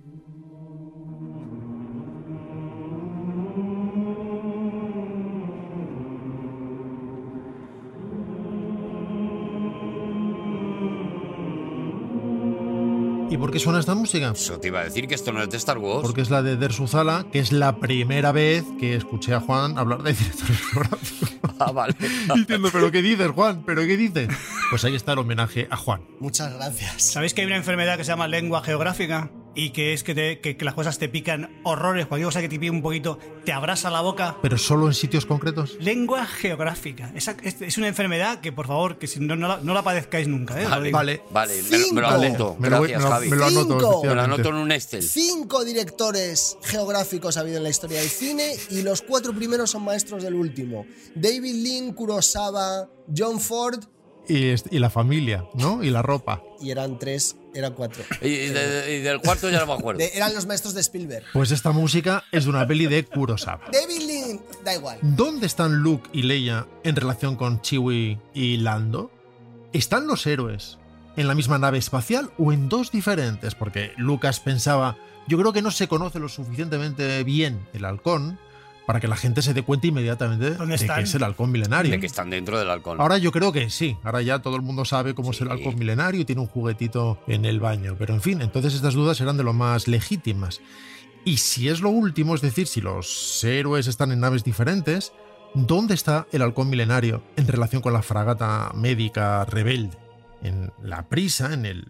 S2: ¿Y por qué suena esta música?
S1: Eso te iba a decir que esto no es de Star Wars.
S2: Porque es la de Dersuzala, que es la primera vez que escuché a Juan hablar de directores geográficos.
S1: Ah, vale.
S2: Diciendo, ¿pero qué dices, Juan? ¿Pero qué dices? Pues ahí está el homenaje a Juan.
S4: Muchas gracias.
S5: ¿Sabéis que hay una enfermedad que se llama lengua geográfica? Y que es que, te- que- que las cosas te pican horrores. Cualquier cosa que te pique un poquito te abrasa la boca.
S2: ¿Pero solo en sitios concretos?
S5: Lengua geográfica. Esa- es, es una enfermedad que, por favor, que si no, no, la, no la padezcáis nunca. ¿eh? Os lo
S1: Vale,
S5: digo.
S2: Vale.
S1: Vale, me lo- me lo
S4: Cinco.
S1: anoto.
S2: Me lo-
S1: Gracias,
S2: me lo-
S1: Javi.
S2: me lo anoto,
S4: Cinco.
S1: Me lo
S2: efectivamente.
S1: anoto en un Excel.
S4: Cinco directores geográficos ha habido en la historia del cine y los cuatro primeros son maestros del último. David Lynn, Kurosawa, John Ford
S2: Y, es- y la familia, ¿no? Y la ropa.
S4: y eran tres, eran cuatro.
S1: Y, y de- y del cuarto ya no me acuerdo.
S4: De- eran los maestros de Spielberg.
S2: Pues esta música es de una peli de Kurosawa.
S4: David Lynn, da igual.
S2: ¿Dónde están Luke y Leia en relación con Chiwi y Lando? ¿Están los héroes en la misma nave espacial o en dos diferentes? Porque Lucas pensaba, yo creo que no se conoce lo suficientemente bien el halcón para que la gente se dé cuenta inmediatamente
S5: ¿Dónde
S2: de
S5: están?
S2: que es el halcón milenario.
S1: De que están dentro del alcohol.
S2: Ahora yo creo que sí, ahora ya todo el mundo sabe cómo es el
S1: Sí.
S2: halcón milenario y tiene un juguetito en el baño, pero en fin, entonces estas dudas eran de lo más legítimas. Y si es lo último, es decir, si los héroes están en naves diferentes, ¿dónde está el halcón milenario en relación con la fragata médica rebelde? En la prisa, en el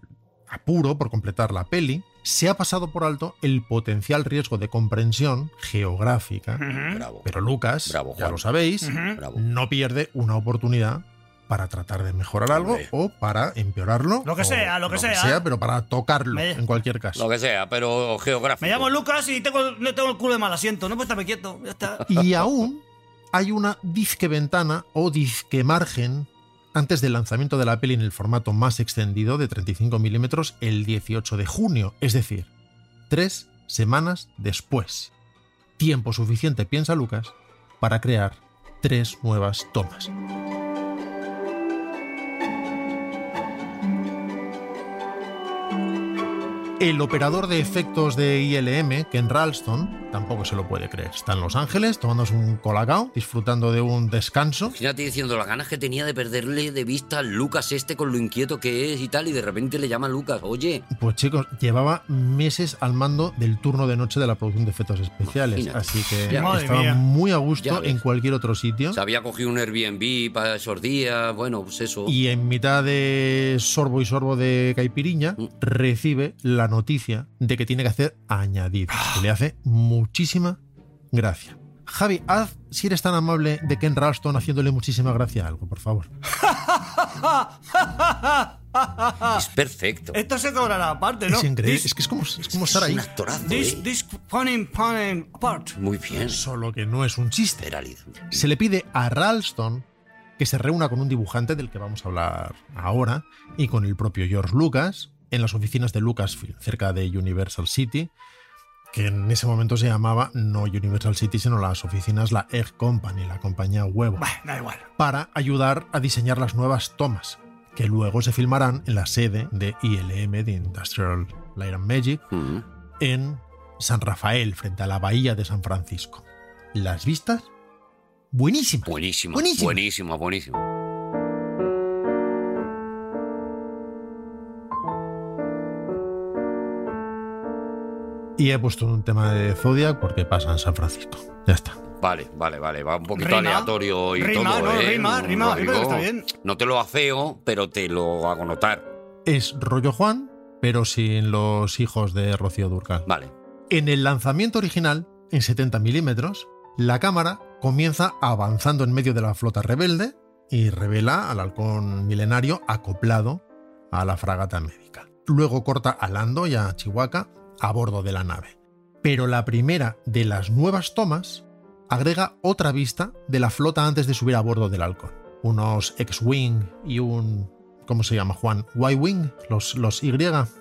S2: apuro por completar la peli, se ha pasado por alto el potencial riesgo de comprensión geográfica,
S1: Bravo.
S2: pero Lucas,
S1: Mm. Bravo,
S2: ya
S1: Juan.
S2: lo
S1: Mm.
S2: sabéis,
S1: Bravo.
S2: no pierde una oportunidad para tratar de mejorar algo
S1: Hombre.
S2: o para empeorarlo.
S5: Lo que
S2: o
S5: sea, lo que sea.
S2: pero para tocarlo
S5: Me-
S2: en cualquier
S1: Lo
S2: caso.
S1: que sea, pero geográfico.
S5: Me llamo Lucas y tengo, no tengo el culo de mal asiento. No, pues estarme quieto. Ya está.
S2: Y aún hay una disque ventana o disque margen antes del lanzamiento de la peli en el formato más extendido de 35 milímetros el 18 de junio, es decir, tres semanas después. Tiempo suficiente, piensa Lucas, para crear tres nuevas tomas. El operador de efectos de ILM, Ken Ralston, tampoco se lo puede creer. Está en Los Ángeles tomándose un colacao, disfrutando de un descanso.
S1: Imagínate diciendo las ganas que tenía de perderle de vista al Lucas este con lo inquieto que es y tal, y de repente le llama Lucas, oye,
S2: Pues chicos, llevaba meses al mando del turno de noche de la producción de efectos especiales,
S1: Imagínate.
S2: así que
S1: Ya. Madre
S2: estaba
S1: mía.
S2: muy a
S1: Ya
S2: gusto
S1: ves.
S2: en cualquier otro sitio.
S1: se había cogido un Airbnb para esos días, bueno, pues eso.
S2: Y en mitad de sorbo y sorbo de caipiriña, recibe la noticia de que tiene que hacer añadido. que le hace muchísima gracia. Javi, haz, si eres tan amable, de Ken Ralston haciéndole muchísima gracia a algo, por favor.
S1: Es perfecto.
S5: Esto se cobrará aparte, ¿no?
S2: Es increíble. Es que es como, es como estar Eh, pues ahí.
S5: This, this punning, punning apart.
S1: ¿eh? Muy bien.
S2: Solo que no es un chiste. Se le pide a Ralston que se reúna con un dibujante del que vamos a hablar ahora y con el propio George Lucas en las oficinas de Lucasfilm, cerca de Universal City, que en ese momento se llamaba no Universal City, sino las oficinas la Egg Company, la compañía huevo,
S5: Da igual.
S2: para ayudar a diseñar las nuevas tomas que luego se filmarán en la sede de ILM, de Industrial Light and Magic, en San Rafael, frente a la bahía de San Francisco. Las vistas, buenísimas.
S1: Buenísimo,
S2: Buenísimas.
S1: buenísimo, buenísimo.
S2: Y he puesto un tema de Zodiac porque pasa en San Francisco. Ya está.
S1: Vale, vale, vale, va un poquito
S5: Rima,
S1: aleatorio y
S5: rima,
S1: todo,
S5: no,
S1: ¿eh?
S5: rima, rima, rima,
S1: Rodrigo,
S5: está bien.
S1: No te lo afeo, pero te lo hago notar.
S2: Es rollo Juan, pero sin los hijos de Rocío Durcal.
S1: Vale.
S2: En el lanzamiento original, en 70 milímetros, la cámara comienza avanzando en medio de la flota rebelde y revela al halcón milenario acoplado a la fragata médica. Luego corta a Lando y a Chihuahua a bordo de la nave. Pero la primera de las nuevas tomas agrega otra vista de la flota antes de subir a bordo del halcón. Unos X-Wing y un... ¿Cómo se llama, Juan? Y-Wing, los, los Y.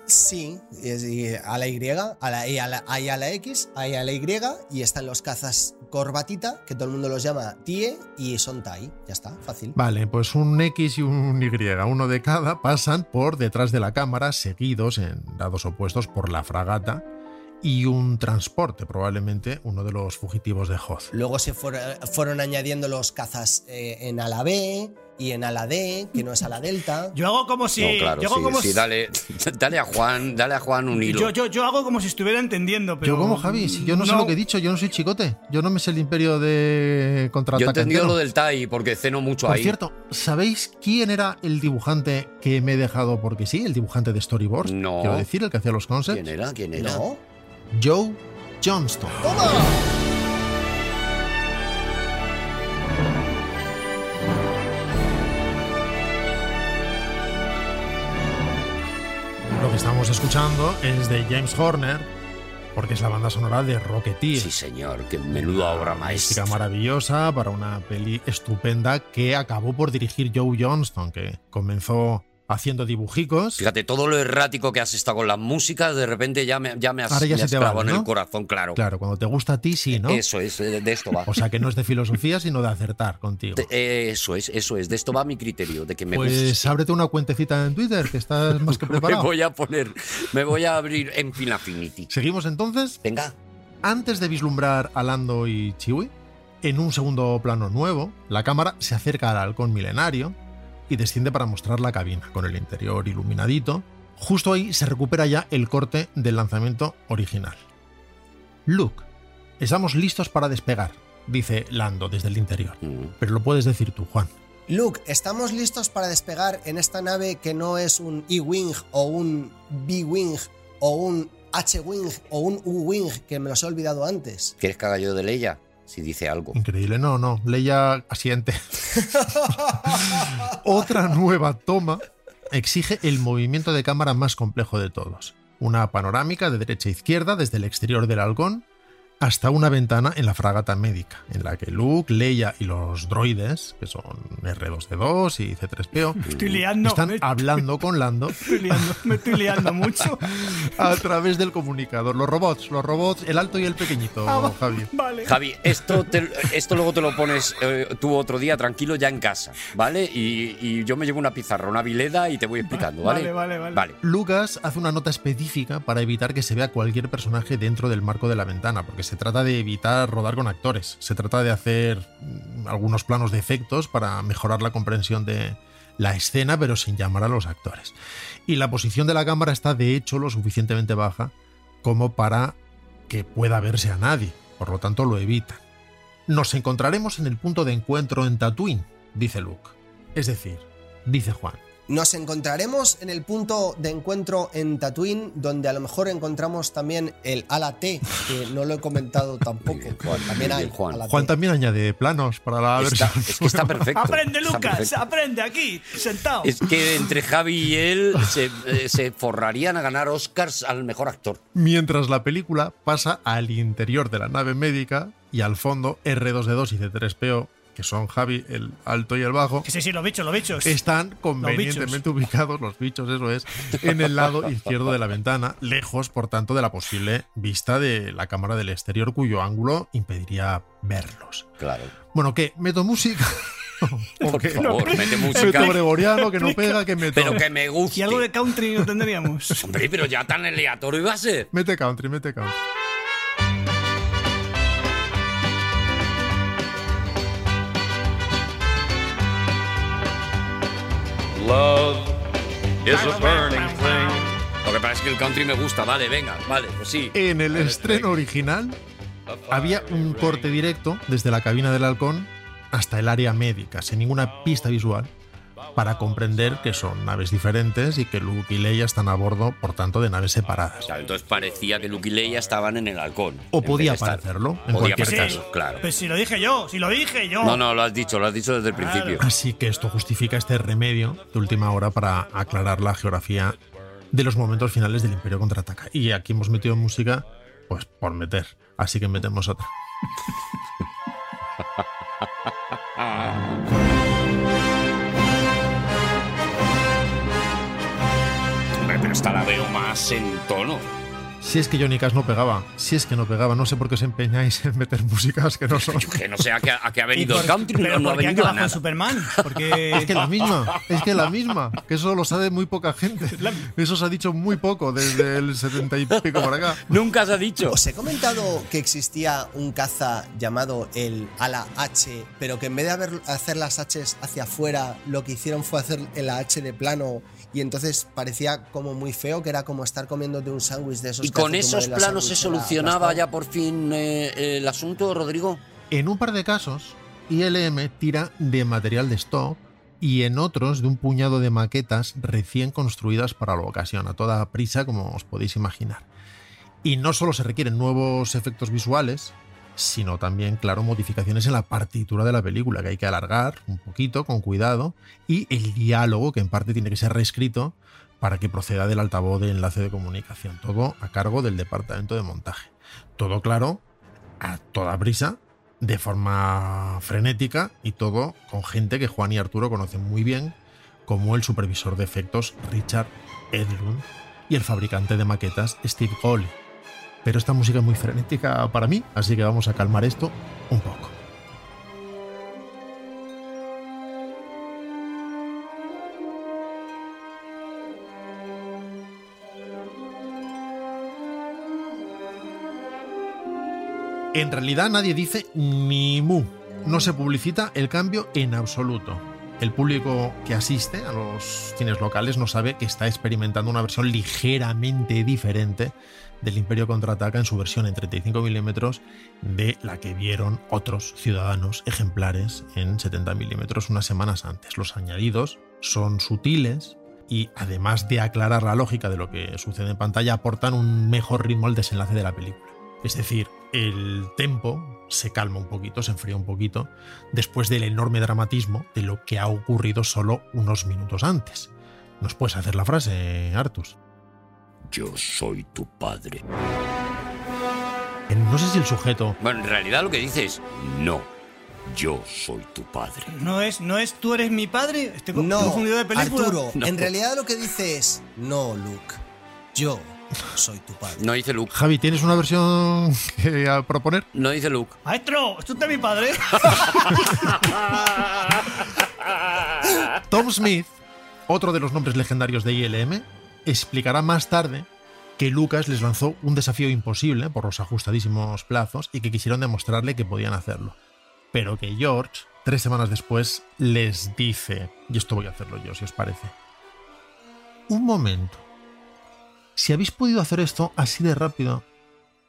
S4: Sí, es- y a la Y, a la, y a la, hay a la X, hay a la Y, y están los cazas corbatita, que todo el mundo los llama TIE y son TAI. Ya está, fácil.
S2: Vale, pues un X y un Y, uno de cada, pasan por detrás de la cámara, seguidos en lados opuestos por la fragata y un transporte, probablemente uno de los fugitivos de Hoth.
S4: Luego se fuera- fueron añadiendo los cazas eh, en ala B y en ala D, que no es ala delta.
S5: Yo hago como si.
S1: no, claro,
S5: yo, hago
S1: sí,
S5: como
S1: sí,
S5: si-
S1: dale, dale a Juan, dale a Juan un hilo.
S5: yo, yo, yo hago como si estuviera entendiendo, pero.
S2: yo como Javi, si yo no, sé lo que he dicho, yo no soy chicote, yo no me sé el imperio de
S1: Yo he
S2: contraataque.
S1: entendido
S2: entero.
S1: lo del Tai porque ceno mucho
S2: Por
S1: ahí.
S2: cierto, ¿sabéis quién era el dibujante que me he dejado porque sí? El dibujante de storyboards.
S1: No.
S2: Quiero decir, el que hacía los concepts.
S1: ¿Quién era? ¿Quién era?
S4: No.
S2: Joe Johnston. Lo que estamos escuchando es de James Horner, porque es la banda sonora de Rocketeer.
S1: Sí, señor, que
S2: Ah,
S1: menuda obra
S2: Música
S1: maestra.
S2: maravillosa para una peli estupenda que acabó por dirigir Joe Johnston, que comenzó haciendo dibujicos.
S1: Fíjate, todo lo errático que has estado con las músicas, de repente ya me, ya me has,
S2: Ahora ya
S1: me
S2: se
S1: has
S2: te
S1: clavado
S2: van,
S1: en el
S2: ¿no?
S1: corazón, claro.
S2: Claro, cuando te gusta a ti, sí, ¿no?
S1: Eso es, eh, de esto va.
S2: O sea que no es de filosofía, sino de acertar contigo.
S1: Te- eh, Eso es, eso es. De esto va mi criterio, de que me gusta.
S2: Pues ábrete una cuentecita en Twitter, que estás más que
S1: Me
S2: preparado.
S1: voy a poner, me voy a abrir en Finafinity.
S2: Seguimos entonces.
S1: Venga.
S2: Antes de vislumbrar a Lando y Chiwi, en un segundo plano nuevo, la cámara se acerca al halcón milenario y desciende para mostrar la cabina, con el interior iluminadito. Justo ahí se recupera ya el corte del lanzamiento original. Luke, estamos listos para despegar, dice Lando desde el interior. Pero lo puedes decir tú, Juan.
S4: Luke, ¿estamos listos para despegar en esta nave que no es un E-Wing o un B-Wing o un H-Wing o un U-Wing que me los he olvidado antes?
S1: ¿Quieres que haga yo de Leia? Si dice algo.
S2: Increíble, no, no, Leia asiente. Otra nueva toma exige el movimiento de cámara más complejo de todos. Una panorámica de derecha a izquierda desde el exterior del halcón hasta una ventana en la fragata médica, en la que Luke, Leia y los droides, que son R2D2 y C3PO,
S5: Estoy liando,
S2: están
S5: me-
S2: hablando con Lando
S5: Estoy liando, me estoy liando mucho.
S2: a través del comunicador. Los robots, los robots, el alto y el pequeñito,
S5: Ah, va-
S2: Javi.
S5: Vale.
S1: Javi, esto, te- esto luego te lo pones eh, tú otro día tranquilo ya en casa, ¿vale? Y, y yo me llevo una pizarra, una vileda y te voy explicando, ¿vale?
S5: Vale, vale, vale.
S2: Lucas hace una nota específica para evitar que se vea cualquier personaje dentro del marco de la ventana, porque se trata de evitar rodar con actores, se trata de hacer mm, algunos planos de efectos para mejorar la comprensión de la escena, pero sin llamar a los actores. Y la posición de la cámara está de hecho lo suficientemente baja como para que pueda verse a nadie, por lo tanto lo evitan. Nos encontraremos en el punto de encuentro en Tatooine, dice Luke. Es decir, dice Juan.
S4: Nos encontraremos en el punto de encuentro en Tatooine, donde a lo mejor encontramos también el ala T, que no lo he comentado tampoco. también
S1: muy
S4: hay
S1: bien, Juan.
S4: ala T.
S2: Juan también añade planos para la
S1: Está-
S2: versión.
S1: es que está perfecto.
S5: Aprende,
S1: está
S5: Lucas,
S1: perfecto.
S5: aprende aquí, sentado.
S1: Es que entre Javi y él se, eh, se forrarían a ganar Oscars al mejor actor.
S2: Mientras la película pasa al interior de la nave médica y al fondo R2D2 y C3PO, que son Javi, el alto y el bajo,
S5: Que sí, sí, los bichos, los bichos.
S2: están convenientemente ubicados, los bichos, eso es, en el lado izquierdo de la ventana, lejos, por tanto, de la posible vista de la cámara del exterior, cuyo ángulo impediría verlos.
S1: Claro.
S2: Bueno, ¿qué? ¿Meto música? ¿O
S1: Por
S2: qué?
S1: favor, mete música.
S2: Meto gregoriano que no pega, que meto.
S1: Pero que me guste.
S5: Y algo de country no tendríamos.
S1: Hombre, pero ya tan aleatorio iba a ser.
S2: Mete country, mete country.
S9: Love is a burning thing.
S1: Lo que pasa es que el country me gusta. Vale, venga, vale, pues sí.
S2: En el estreno original había un corte directo desde la cabina del halcón hasta el área médica, sin ninguna pista visual, para comprender que son naves diferentes y que Luke y Leia están a bordo, por tanto, de naves separadas.
S1: Claro, entonces parecía que Luke y Leia estaban en el halcón.
S2: O
S1: en vez
S2: podía
S1: de estar.
S2: parecerlo, en
S1: Podía
S2: cualquier
S1: parecerlo,
S2: caso.
S1: claro.
S5: Pues si lo dije yo, si lo dije yo.
S1: No, no, lo has dicho, lo has dicho desde el principio.
S2: Así que esto justifica este remedio de última hora para aclarar la geografía de los momentos finales del Imperio Contraataca. Y aquí hemos metido música, pues por meter. Así que metemos otra.
S1: Hombre, pero esta la veo más en tono.
S2: Si es que Johnny Cash no pegaba, si es que no pegaba, no sé por qué os empeñáis en meter músicas que no son.
S1: Que no sé a qué, a qué ha
S5: ¿Y
S1: venido
S5: por,
S1: el country,
S5: pero
S1: no, no ha
S5: ¿por qué
S1: venido a
S5: acaba
S1: nada.
S5: con Superman? Porque
S2: Es que la misma, es que la misma, que eso lo sabe muy poca gente. Eso se ha dicho muy poco desde el 70 y pico para acá.
S1: Nunca se ha dicho.
S4: Os he comentado que existía un caza llamado el ala H, pero que en vez de haber- hacer las H hacia afuera, lo que hicieron fue hacer el H de plano y entonces parecía como muy feo, que era como estar comiéndote un sándwich de esos.
S1: ¿Y
S4: que
S1: con
S4: hace tu
S1: esos
S4: madre la
S1: planos se
S4: sandwichera
S1: solucionaba
S4: aplastada.
S1: ya por fin eh, el asunto, Rodrigo?
S2: En un par de casos, ILM tira de material de stock y en otros de un puñado de maquetas recién construidas para la ocasión, a toda prisa como os podéis imaginar. Y no solo se requieren nuevos efectos visuales, sino también, claro, modificaciones en la partitura de la película, que hay que alargar un poquito, con cuidado, y el diálogo, que en parte tiene que ser reescrito para que proceda del altavoz de enlace de comunicación, todo a cargo del departamento de montaje. Todo claro, a toda prisa, de forma frenética y todo con gente que Juan y Arturo conocen muy bien, como el supervisor de efectos Richard Edlund y el fabricante de maquetas Steve Gole. Pero esta música es muy frenética para mí, así que vamos a calmar esto un poco. En realidad nadie dice ni mu. No se publicita el cambio en absoluto. El público que asiste a los cines locales no sabe que está experimentando una versión ligeramente diferente del Imperio Contraataca en su versión en 35 milímetros de la que vieron otros ciudadanos ejemplares en 70 milímetros unas semanas antes. Los añadidos son sutiles y además de aclarar la lógica de lo que sucede en pantalla aportan un mejor ritmo al desenlace de la película. Es decir, el tempo se calma un poquito, se enfría un poquito, después del enorme dramatismo de lo que ha ocurrido solo unos minutos antes. ¿Nos puedes hacer la frase, Artus?
S1: Yo soy tu padre.
S2: Eh, No sé si el sujeto.
S1: Bueno, en realidad lo que dice es, no, yo soy tu padre.
S5: No es, no es tú eres mi padre. Estoy co- confundido de película.
S4: Arturo,
S1: No.
S4: en realidad lo que dice es, no, Luke, yo soy tu padre.
S1: No dice Luke.
S2: Javi, ¿tienes una versión que a proponer?
S1: No dice Luke.
S5: Maestro, ¿es usted mi padre?
S2: Tom Smith, otro de los nombres legendarios de ILM, explicará más tarde que Lucas les lanzó un desafío imposible por los ajustadísimos plazos y que quisieron demostrarle que podían hacerlo. Pero que George, tres semanas después, les dice, y esto voy a hacerlo yo, si os parece. Un momento. Si habéis podido hacer esto así de rápido,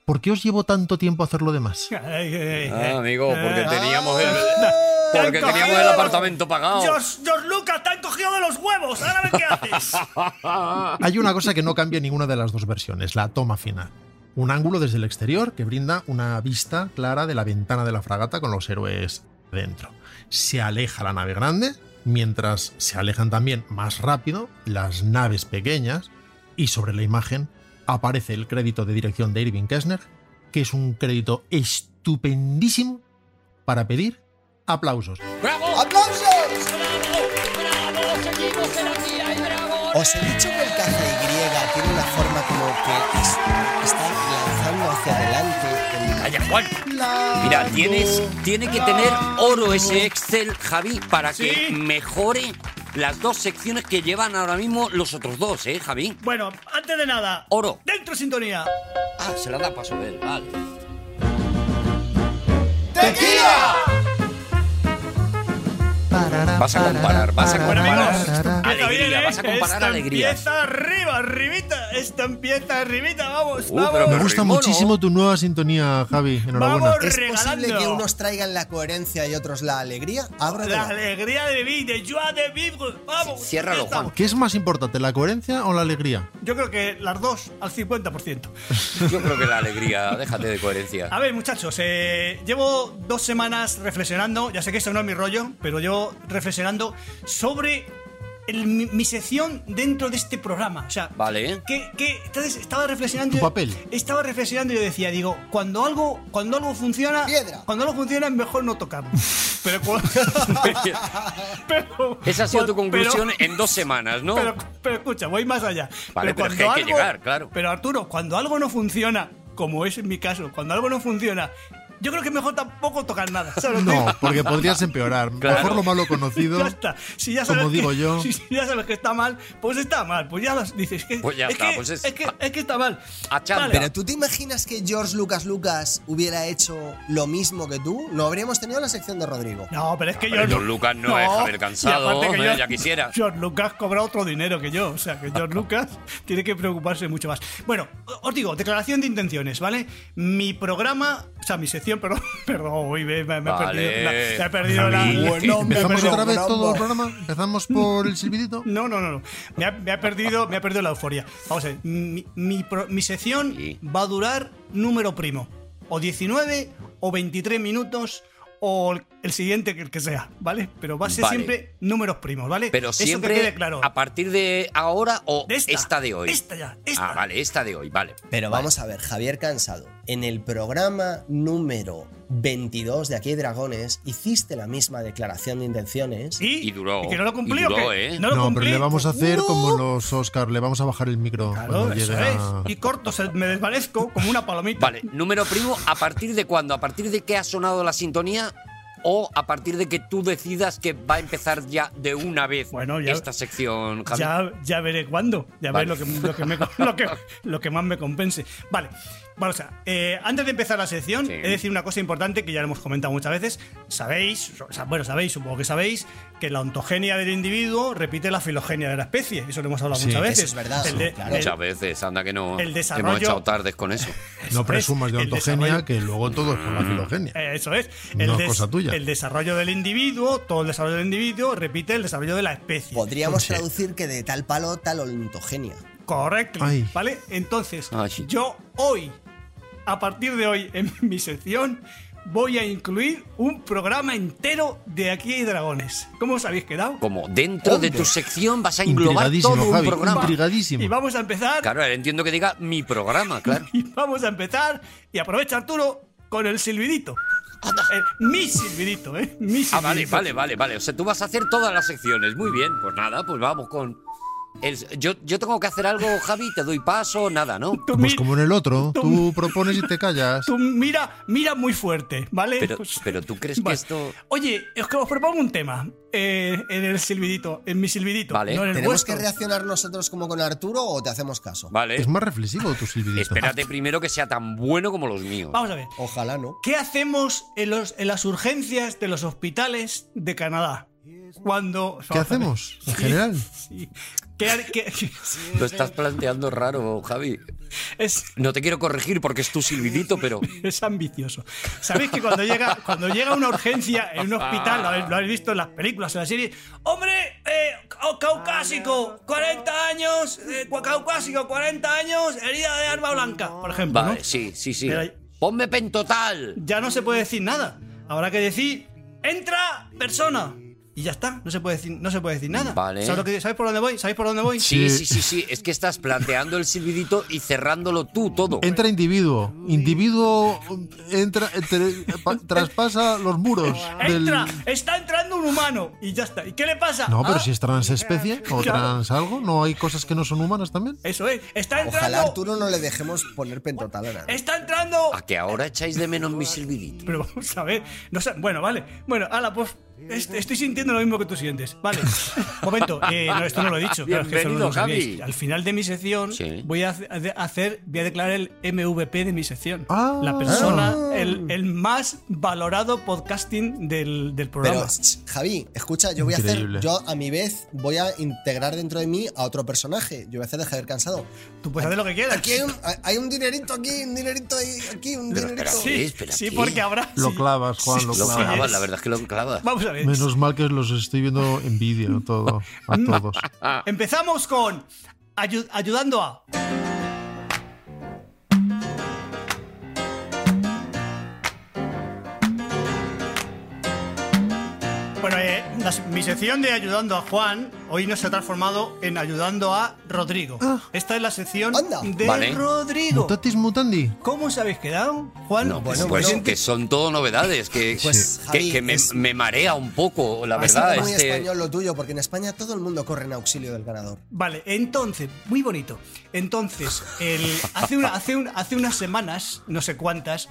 S2: ¿por qué os llevo tanto tiempo a hacer lo demás?
S1: Ah,
S5: ah,
S1: amigo, porque teníamos el, porque teníamos el apartamento pagado.
S5: Dios, Dios Lucas, te han cogido de los huevos. Ahora ven qué haces.
S2: Hay una cosa que no cambia en ninguna de las dos versiones, la toma final. Un ángulo desde el exterior que brinda una vista clara de la ventana de la fragata con los héroes dentro. Se aleja la nave grande, mientras se alejan también más rápido las naves pequeñas, y sobre la imagen aparece el crédito de dirección de Irving Kessner, que es un crédito estupendísimo para pedir aplausos.
S1: ¡Bravo!
S4: ¡Aplausos!
S1: ¡Bravo! ¡Seguimos en la tira y bravo!
S4: Os he dicho que el caza Y tiene una forma como que es- está lanzando hacia adelante.
S1: Vaya, Juan.
S4: el- La-
S1: Mira, tienes, tiene que tener oro ese Excel, Javi, para que mejore las dos secciones que llevan ahora mismo los otros dos, ¿eh, Javi?
S5: Bueno, antes de nada,
S1: Oro.
S5: dentro sintonía.
S1: Ah, se la da paso a él, vale. Vas a comparar, vas a
S5: Bueno,
S1: comparar.
S5: amigos, empieza bien,
S1: Alegría,
S5: ¿eh?
S1: vas a comparar
S5: Esta
S1: alegría.
S5: Empieza arriba, arribita. Esta empieza arribita, vamos,
S1: Uh,
S5: vamos.
S1: pero
S2: Me gusta
S1: Rimono.
S2: muchísimo tu nueva sintonía, Javi. Enhorabuena.
S5: Vamos.
S4: ¿Es posible
S5: regalando.
S4: que unos traigan la coherencia y otros la alegría? Abro
S5: La alegría de vivir, de joie de vivre. Vamos.
S1: Ciérralo,
S5: Ya está.
S1: Juan.
S2: Ah, ¿Qué es más importante, la coherencia o la alegría?
S5: Yo creo que las dos al 50%.
S1: Yo creo que la alegría, déjate de coherencia.
S5: A ver, muchachos, eh, llevo dos semanas reflexionando. Ya sé que eso no es mi rollo, pero llevo reflexionando sobre el- mi, mi sección dentro de este programa. O sea,
S1: Vale, ¿eh?
S5: que, que- entonces estaba reflexionando.
S2: Tu papel.
S5: Estaba reflexionando y yo decía, digo, cuando algo, cuando algo funciona,
S4: Piedra.
S5: cuando algo funciona es mejor no tocarlo. Pero, cu- pero-
S1: Esa ha sido tu
S5: Pues, pero-
S1: conclusión en dos semanas, ¿no?
S5: pero, pero escucha, voy más allá.
S1: Vale, pero es que hay que llegar, claro.
S5: Pero Arturo, cuando algo no funciona, como es en mi caso, cuando algo no funciona, yo creo que es mejor tampoco tocar nada. ¿sabes lo que
S2: No,
S5: digo?
S2: porque podrías empeorar.
S1: Claro.
S2: Mejor lo malo conocido.
S5: Ya está. Si ya sabes
S2: Como digo
S5: que,
S2: yo.
S5: Si, si ya sabes que está mal, pues está mal. Pues ya lo dices. Que,
S1: Pues ya
S5: es
S1: está,
S5: que,
S1: pues es-
S5: que, es que está mal.
S1: A chanda.
S4: Pero tú te imaginas que George Lucas Lucas hubiera hecho lo mismo que tú? No habríamos tenido la sección de Rodrigo.
S5: No, pero es que
S1: Ah, Pero
S5: yo.
S1: George Lucas no es Javier Cansado,
S5: y aparte que
S1: eh, ya quisiera.
S5: George Lucas cobra otro dinero que yo. O sea, que George Lucas tiene que preocuparse mucho más. Bueno, os digo, declaración de intenciones, ¿vale? Mi programa, o sea, mi sección, perdón, perdón, uy, me, me- me he
S1: Vale.
S5: perdido la. Me he perdido la.
S1: Javi.
S4: Bueno, hombre,
S2: ¿Empezamos
S4: pero
S2: otra vez
S4: bravo.
S2: todo el programa? ¿Empezamos por el silbidito?
S5: No, no, no, no. Me ha, me ha perdido, me ha perdido la euforia. Vamos a ver, mi, mi pro- mi sección
S1: Sí.
S5: va a durar número primo. O 19, o 23 minutos, o el- el siguiente que, que sea, ¿vale? Pero va a ser
S1: Vale.
S5: siempre números primos, ¿vale?
S1: Pero siempre
S5: Eso que quede claro.
S1: a partir de ahora o
S5: De esta,
S1: de hoy.
S5: esta ya, esta.
S1: Ah, vale, esta de hoy, vale.
S4: Pero vamos a ver, Javier Cansado, en el programa número 22 de Aquí hay Dragones hiciste la misma declaración de intenciones.
S5: Y,
S1: Y duró,
S5: que no lo cumplí,
S1: y
S5: ¿o
S1: duró,
S5: qué?
S1: ¿eh?
S5: No lo
S2: No,
S5: cumplí.
S2: pero le vamos a hacer
S5: No.
S2: como los Oscar, le vamos a bajar el micro
S5: Claro,
S2: cuando
S5: eso
S2: llegue a-
S5: es. Y corto, se- me desvanezco como una palomita.
S1: Vale, número primo, ¿a partir de cuándo? ¿A partir de que ha sonado la sintonía? ¿O a partir de que tú decidas que va a empezar ya de una vez
S5: Bueno, ya-
S1: esta sección, Javi?
S5: Ya, ya veré cuándo. Ya
S1: Vale.
S5: veré lo que, lo, que me- lo que- lo que más me compense. Vale. Bueno, o sea, eh, antes de empezar la sección,
S1: Sí.
S5: he de decir una cosa importante que ya lo hemos comentado muchas veces. Sabéis, o sea, bueno, sabéis, supongo que sabéis, que la ontogenia del individuo repite la filogenia de la especie. Eso lo hemos hablado
S2: Sí,
S5: muchas
S4: eso
S5: veces.
S4: es verdad,
S5: El de-
S4: claro.
S5: el-
S1: Muchas veces, anda que no.
S5: el desarrollo-
S1: Hemos echado tardes con eso.
S2: No presumas de
S5: el
S2: ontogenia,
S5: desarrollo-
S2: que luego todo es por la filogenia.
S5: Eh, Eso es.
S2: No es cosa tuya.
S5: el desarrollo del individuo, todo el desarrollo del individuo repite el desarrollo de la especie.
S4: Podríamos
S2: Sí.
S4: traducir que de tal palo tal ontogenia.
S5: Correcto.
S2: Ay.
S5: ¿Vale? Entonces,
S1: Ay.
S5: yo hoy, a partir de hoy, en mi sección, voy a incluir un programa entero de Aquí hay dragones. ¿Cómo os habéis quedado?
S1: Como dentro de tu sección vas a
S2: Eh,
S1: englobar todo un programa.
S5: Y vamos a empezar
S1: Claro, ahora entiendo que diga mi programa, claro.
S5: Y vamos a empezar, y aprovecha Arturo, con el silbidito. Eh, mi silbidito, ¿eh? Mi silbidito.
S1: Ah, vale, vale, vale, vale. O sea, tú vas a hacer todas las secciones. Muy bien, pues nada, pues vamos con. el- yo, yo tengo que hacer algo, Javi, te doy paso, nada, ¿no?
S2: Pues como en el otro, tú propones y te callas.
S5: Tú mira, mira muy fuerte, ¿vale? Pues,
S1: Pero, pero tú crees que
S5: Vale.
S1: esto.
S5: Oye, os, os propongo un tema. eh, en el silbidito, en mi silbidito. No en el
S4: ¿Tenemos
S5: vuestro.
S4: que reaccionar nosotros como con Arturo o te hacemos caso?
S1: Vale.
S2: Es más reflexivo tu silbidito.
S1: Espérate primero que sea tan bueno como los míos.
S5: Vamos a ver.
S4: Ojalá no.
S5: ¿Qué hacemos en, los, en las urgencias de los hospitales de Canadá? Cuando.
S2: ¿Qué hacemos? En general.
S5: ¿Qué har- qué- qué-
S1: Lo estás planteando raro, Javi.
S5: es,
S1: No te quiero corregir porque es tu silbidito, pero.
S5: es ambicioso. ¿Sabéis que cuando llega, cuando llega una urgencia en un hospital, lo habéis, lo habéis visto en las películas, en las series, ¡Hombre! eh, ca- caucásico, 40 años, eh, cua- caucásico, 40 años, herida de arma blanca, por ejemplo. ¿no?
S1: Vale, sí, sí, sí.
S5: Pero-
S1: Ponme pentotal.
S5: ya no se puede decir nada. Habrá que decir, entra persona. Y ya está, no se puede decir, no se puede decir nada.
S1: Vale.
S5: ¿Sabes, lo que- sabes por dónde voy? ¿Sabéis por dónde voy?
S1: Sí, sí, sí, sí. Es que estás planteando el silbidito y cerrándolo tú todo.
S2: Entra individuo. Individuo entra, entre- pa- traspasa los muros del.
S5: Entra, está entrando un humano. Y ya está. ¿Y qué le pasa?
S2: No, pero
S5: Ah,
S2: si es transespecie o
S5: Claro.
S2: trans algo, ¿no hay cosas que no son humanas también?
S5: Eso es, está
S4: Ojalá
S5: entrando.
S4: Arturo no le dejemos poner pentotal a nadie.
S5: Está entrando.
S1: A que ahora echáis de menos mi silbidito.
S5: Pero vamos a ver. No sé, bueno, vale. Bueno, ala, pues. est- Estoy sintiendo lo mismo que tú sientes. Vale. Momento, eh, no, esto no lo he dicho. claro, es que eso no
S1: Bienvenido,
S5: lo sabíais.
S1: Javi.
S5: Al final de mi sección
S1: Sí.
S5: voy a hace- a hacer, voy a declarar el MVP de mi sección.
S2: Ah.
S5: la persona, el, el más valorado podcasting del, del
S4: Pero,
S5: programa.
S4: ch, Javi, escucha, yo voy
S2: Increíble.
S4: a hacer, yo a mi vez voy a integrar dentro de mí a otro personaje. Yo voy a hacer de Javier Cansado.
S5: Tú puedes hacer lo que quieras.
S4: Aquí hay un, hay- hay un dinerito, aquí, un dinerito ahí, aquí, un
S1: Pero,
S4: dinerito.
S1: pero,
S5: Sí,
S1: espera,
S5: sí,
S1: ¿qué?
S5: porque habrá.
S2: Lo
S5: sí.
S2: clavas, Juan, lo
S5: Sí,
S1: Lo
S5: sí,
S2: clavas.
S1: clavas,
S5: es.
S1: la verdad es que lo clavas.
S5: Vamos a ver.
S2: Menos mal que los estoy viendo en vídeo todo, a todos.
S5: Empezamos con ayu- ayudando a. Bueno, eh, las- mi sección de ayudando a Juan hoy no se ha transformado en ayudando a Rodrigo. Esta es la sección
S4: Anda.
S5: de
S1: Vale.
S5: Rodrigo.
S2: Mutatis mutandi.
S5: ¿Cómo os habéis quedado, Juan?
S1: No, pues,
S4: Bueno,
S1: pues
S4: bueno.
S1: que son todo novedades, que,
S4: Pues,
S1: que,
S4: Javi,
S1: que me,
S4: es-
S1: me marea un poco, la
S4: Es
S1: verdad.
S4: muy
S1: Este,
S4: español lo tuyo, porque en España todo el mundo corre en auxilio del ganador.
S5: Vale, entonces, muy bonito. Entonces, el- hace, una- hace un- hace unas semanas, no sé cuántas,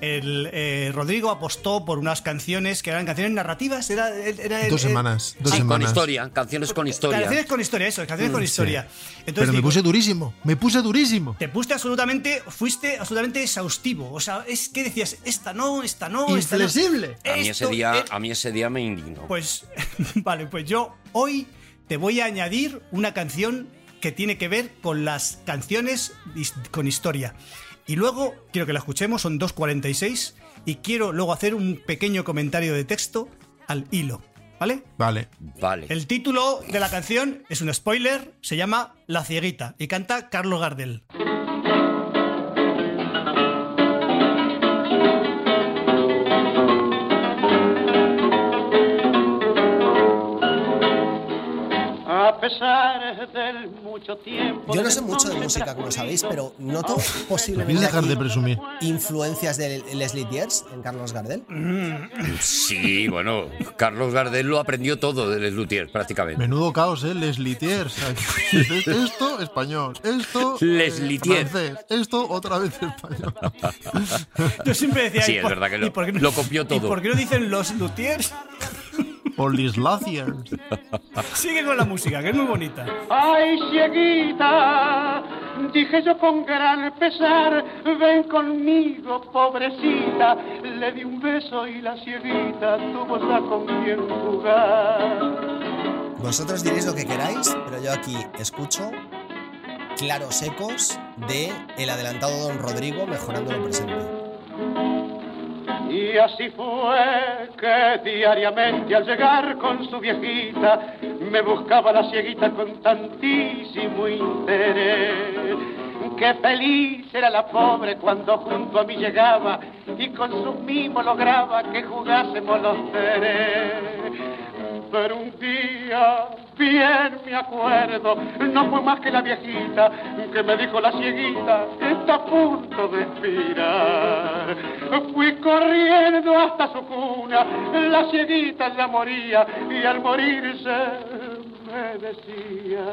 S5: el, eh, Rodrigo apostó por unas canciones que eran canciones narrativas. Era, era el-
S2: Dos
S5: el-
S2: semanas. Dos
S1: sí, con
S2: semanas.
S1: historia, canciones con historia.
S5: Canciones con historia, eso, canciones con historia. Entonces,
S2: Mm, Pero me
S5: digo,
S2: puse durísimo. Me puse durísimo.
S5: te puse absolutamente, fuiste absolutamente exhaustivo. O sea, es que decías, esta no, esta no, esta no.
S2: Inflexible.
S1: A mí, ese
S5: Esto
S1: día,
S5: es-
S1: a mí ese día me indignó.
S5: Pues, vale, pues yo hoy te voy a añadir una canción que tiene que ver con las canciones his- con historia. Y luego quiero que la escuchemos, son 2.46, y quiero luego hacer un pequeño comentario de texto al hilo, ¿vale?
S2: Vale.
S1: vale.
S5: El título de la canción es un spoiler, se llama La cieguita y canta Carlos Gardel.
S10: A pesar del mucho tiempo.
S4: Yo no sé mucho de música, como sabéis, pero noto
S2: Debéis
S4: posiblemente
S2: dejar de
S4: aquí
S2: presumir.
S4: influencias de Leslie Diers en Carlos Gardel.
S1: Sí, bueno, Carlos Gardel lo aprendió todo de Les Luthiers, prácticamente.
S2: Menudo caos, ¿eh? Les Litiers. Esto, español. Esto,
S1: Les
S2: eh,
S1: Litiers.
S2: francés. Esto, otra vez español.
S5: Yo siempre decía,
S1: Sí,
S5: ¿y
S1: es
S5: por-
S1: verdad que
S5: y
S1: lo-
S5: por qué no-
S1: lo copió
S5: ¿Y
S1: todo.
S5: por qué no dicen los luthiers?
S2: O Lis Latiers.
S5: Sigue con la música, que es muy bonita.
S10: Ay, cieguita, dije yo con gran pesar, ven conmigo, pobrecita. Le di un beso y la cieguita tuvo ya con quien jugar.
S4: Vosotros diréis lo que queráis, pero yo aquí escucho claros ecos de el adelantado Don Rodrigo mejorando lo presente.
S10: Y así fue que diariamente al llegar con su viejita me buscaba la cieguita con tantísimo interés. Qué feliz era la pobre cuando junto a mí llegaba y con sus mimos lograba que jugásemos los tres. Pero un día, bien me acuerdo, no fue más que la viejita que me dijo la cieguita que está a punto de expirar. Fui corriendo hasta su cuna, la cieguita ya moría y al morirse me decía,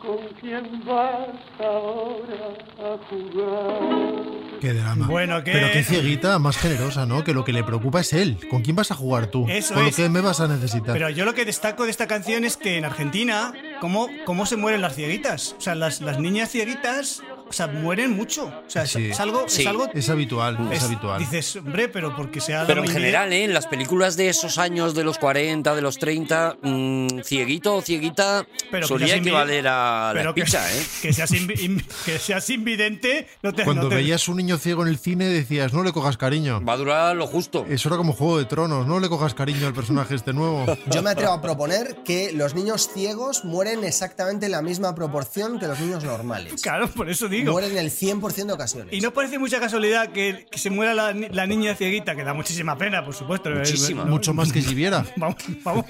S10: ¿con quién vas ahora a jugar?
S2: Qué drama.
S5: Bueno, ¿qué?
S2: Pero qué cieguita más generosa, ¿no? Que lo que le preocupa es él. ¿Con quién vas a jugar tú?
S5: Eso
S2: ¿Con
S5: es.
S2: lo que me vas a necesitar?
S5: Pero yo lo que destaco de esta canción es que en Argentina, ¿cómo, cómo se mueren las cieguitas? O sea, las, las niñas cieguitas, o sea, mueren mucho. O sea, es-
S2: Sí.
S5: es algo... Es, algo
S2: Es habitual, es,
S5: es-
S2: habitual.
S5: Dices, hombre, pero porque se ha dado...
S1: Pero en
S5: hoy día-
S1: general, ¿eh? en las películas de esos años, de los 40, de los 30, mm, cieguito o cieguita
S5: Pero que
S1: solía
S5: seas invi-
S1: equivaler a la
S5: pero que-
S1: picha, ¿eh?
S5: Que seas, invi- in- que seas invidente, no te...
S2: Cuando
S5: no te-
S2: veías un niño ciego en el cine decías, no le cojas cariño.
S1: Va a durar lo justo.
S2: Eso era como Juego de Tronos, no le cojas cariño al personaje este nuevo.
S4: Yo me atrevo a proponer que los niños ciegos mueren exactamente en la misma proporción que los niños normales.
S5: Claro, por eso digo.
S4: Mueren en el 100% de ocasiones.
S5: Y no parece mucha casualidad que, que se muera la, ni- la niña cieguita, que da muchísima pena, por supuesto. ¿no?
S1: Muchísima.
S5: No,
S2: Mucho más que si viera.
S5: Vamos, vamos.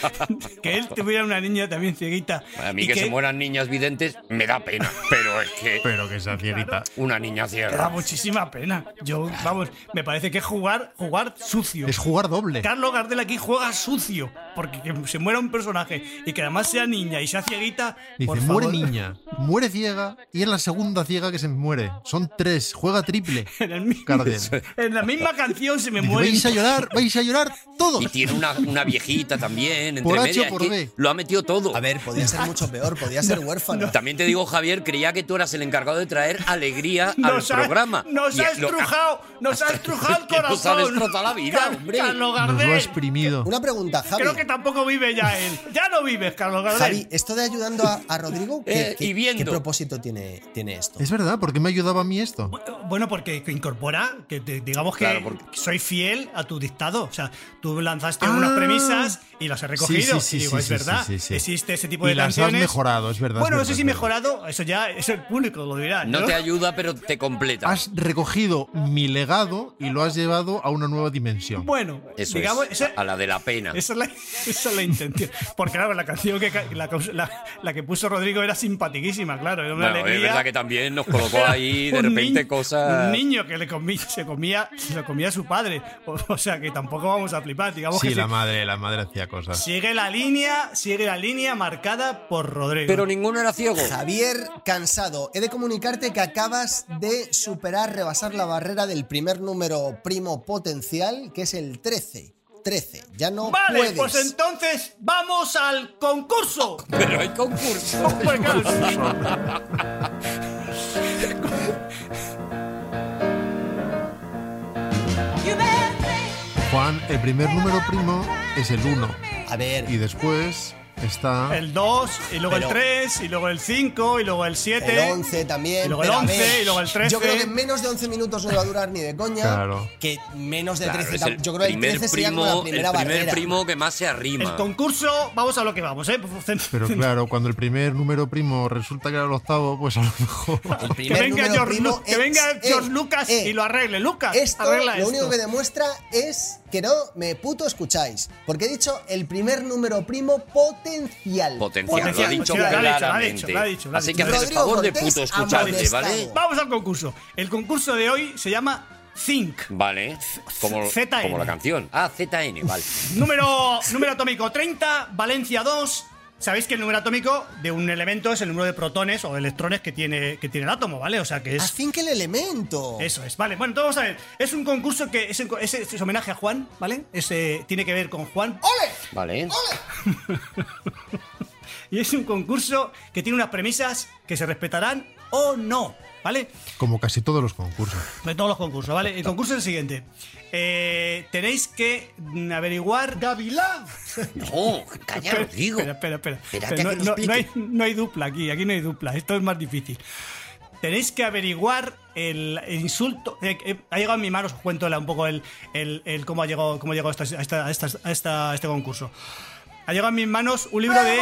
S5: que él tuviera una niña también cieguita.
S1: A mí
S5: Y
S1: que, se mueran niñas videntes me da pena, pero es que
S2: Pero que esa cieguita.
S1: una niña
S5: que Da
S1: ciega.
S5: muchísima pena. Yo, vamos, me parece que es jugar, jugar sucio.
S2: Es jugar doble.
S5: Carlos Gardel aquí juega sucio, porque que se muera un personaje y que además sea niña y sea cieguita.
S2: Dice,
S5: por
S2: muere
S5: favor".
S2: niña, muere ciega y es la segunda ciega que se muere. Son tres, juega triple.
S5: En, el mismo-
S2: Carden.
S5: en la misma canción se me
S2: Dice,
S5: muere.
S2: vais a llorar, vais a llorar todos.
S1: Y tiene una, una viejita también, entre
S2: Por H o
S1: medias, es
S2: por
S1: que
S2: B.
S1: lo ha metido todo.
S4: A ver, podía ser mucho peor, podía ser huérfano.
S1: También te digo, Javier, creía que tú eras el encargado de traer alegría al
S5: Nos ha-
S1: programa.
S5: Nos
S1: Y
S5: ha
S1: lo-
S5: estrujado, nos ha estrujado el
S1: que nos ha
S5: corazón.
S1: destrozado la vida,
S5: Car-
S1: hombre.
S5: Carlos
S2: Nos lo ha
S5: Gardel.
S2: exprimido.
S4: Una pregunta, Javi.
S5: Creo que tampoco vive ya él. Ya no vives, Carlos Gardel.
S4: Javi, esto de ayudando a, a Rodrigo, ¿qué,
S1: Eh,
S4: qué-
S1: y viendo.
S4: qué propósito tiene, tiene esto?
S2: Es verdad, porque me ayudaba a mí esto.
S5: Bueno, porque que incorpora, que te- digamos que
S1: Claro, porque-
S5: soy fiel a tu dictado. O sea, tú lanzaste
S2: Ah.
S5: unas premisas y las he recogido.
S2: Sí, sí,
S5: y
S2: sí,
S5: digo,
S2: sí,
S5: es
S2: sí,
S5: verdad,
S2: sí, sí.
S5: existe ese tipo
S2: Y
S5: de
S2: las has
S5: canciones.
S2: mejorado, es verdad,
S5: Bueno,
S2: es
S5: no sé
S2: verdad,
S5: si
S2: es verdad.
S5: mejorado, eso ya es el público lo dirá.
S1: No
S5: ¿no?
S1: te ayuda, pero te completa.
S2: Has recogido mi legado y lo has llevado a una nueva dimensión.
S5: Bueno,
S1: Eso
S5: digamos,
S1: es,
S5: esa-
S1: a la de la pena.
S5: Esa es, la, esa es la intención. Porque, claro, la canción que ca- la, caus- la- la que puso Rodrigo era simpaticísima, claro. Era una
S1: Bueno, es
S5: alegría.
S1: verdad que también nos colocó
S5: Era
S1: ahí de
S5: un
S1: repente
S5: niño-
S1: cosas...
S5: Un niño que le comí- se comía, se lo comía a su padre. O, o sea, que tampoco vamos a flipar. Digamos
S2: Sí,
S5: que
S2: la
S5: sí.
S2: madre, la madre hacía cosas.
S5: sigue la línea, sigue la línea marcada por Rodrigo.
S1: Pero ninguno era ciego.
S4: Javier Cansado, he de comunicarte que acabas de superar, rebasar la barrera del primer número primo potencial, que es el 13. 13, ya no
S5: vale,
S4: puedes.
S5: pues entonces vamos al concurso.
S1: Pero hay concurso.
S5: Hombre, claro,
S2: Juan, el primer número primo es el 1.
S4: A ver,
S2: Y después está.
S5: El 2, y luego el
S4: Pero-
S5: 3, y luego el 5, y luego el 7.
S4: El 11 también.
S5: Y luego el
S4: pero a
S5: 11,
S4: ver,
S5: y luego el 13.
S4: Yo creo que menos de 11 minutos no va a durar ni de coña.
S2: Claro.
S4: Que menos de
S1: Claro,
S4: 13.
S1: es
S4: tam-
S1: el
S4: yo creo que el
S1: primer
S4: 13 sería como
S1: primo,
S4: la primera
S1: el primer
S4: barrera.
S1: primo que más se arrima.
S5: El concurso, vamos a lo que vamos, ¿eh?
S2: Pero claro, cuando el primer número primo resulta que era el octavo, pues a lo mejor.
S4: El
S5: Que
S4: primer
S5: venga
S4: número
S5: George,
S4: primo
S5: Lu- que
S4: es-
S5: venga
S4: eh,
S5: George Lucas
S4: eh,
S5: y lo arregle. Lucas,
S4: Esto
S5: arregla
S4: lo único
S5: esto.
S4: que demuestra es que no me puto escucháis. Porque he dicho el primer número primo potencial.
S1: Potencial,
S5: Potencial,
S1: lo ha dicho
S5: potencial, lo ha dicho, lo ha
S1: claramente.
S5: dicho, lo ha dicho, lo ha
S1: Así
S5: dicho.
S1: que haced el
S4: Rodrigo
S1: favor de
S4: Cortés ¿eh?
S1: puto
S4: ha
S1: escucharte, ¿vale?
S4: molestado.
S5: Vamos al concurso. El concurso de hoy se llama Think.
S1: Vale, como,
S5: ZN.
S1: como la canción. Ah, ZN, vale.
S5: Número, número atómico 30, Valencia 2. Sabéis que el número atómico de un elemento es el número de protones o de electrones que tiene, que tiene el átomo, ¿vale? O sea que
S4: A
S5: es.
S4: fin que el elemento.
S5: Eso es, vale. Bueno, entonces vamos a ver. Es un concurso que es, en- es- es homenaje a Juan, ¿vale? Ese tiene que ver con Juan.
S4: ¡Ole!
S1: Vale.
S5: Y es un concurso que tiene unas premisas que se respetarán o no, ¿vale?
S2: Como casi todos los concursos.
S5: De todos los concursos, ¿vale? El concurso es el siguiente. Eh, tenéis que mm, averiguar. ¡Gavilán!
S1: No, calla, digo.
S5: Espera, espera, espera.
S1: Espérate
S5: Pero
S1: a que
S5: no,
S1: lo
S5: no- no hay, no hay dupla aquí, aquí no hay dupla. Esto es más difícil. Tenéis que averiguar el, el insulto. eh, eh, ha llegado en mi mano, os cuento la- un poco el, el- el cómo ha llegado, cómo ha llegado a, esta- a esta- a esta- a esta- a este concurso. Ha llegado en mis manos un libro de.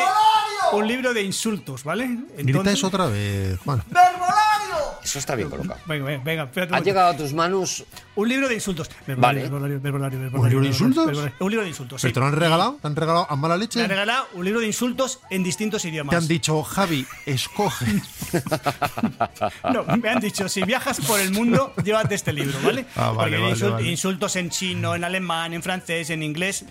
S5: un libro de insultos, ¿vale? Entonces-
S2: Grita eso otra vez, Juan.
S1: Eso está bien colocado.
S5: Venga, venga, venga, espérate.
S1: ¿Ha llegado a tus manos?
S5: Un libro de insultos.
S1: Vale.
S5: verbolario, verbolario, verbolario,
S2: ¿Un libro de
S5: verbolario,
S2: insultos?
S5: verbolario. Un libro de insultos. sí.
S2: ¿Pero te lo han regalado? ¿Te han regalado a mala
S5: Me
S2: leche?
S5: han regalado un libro de insultos en distintos idiomas.
S2: Te han dicho, Javi, escoge.
S5: No, me han dicho, si viajas por el mundo, llévate este libro, ¿vale?
S2: Ah, vale,
S5: Porque hay
S2: vale, vale.
S5: insultos en chino, en alemán, en francés, en inglés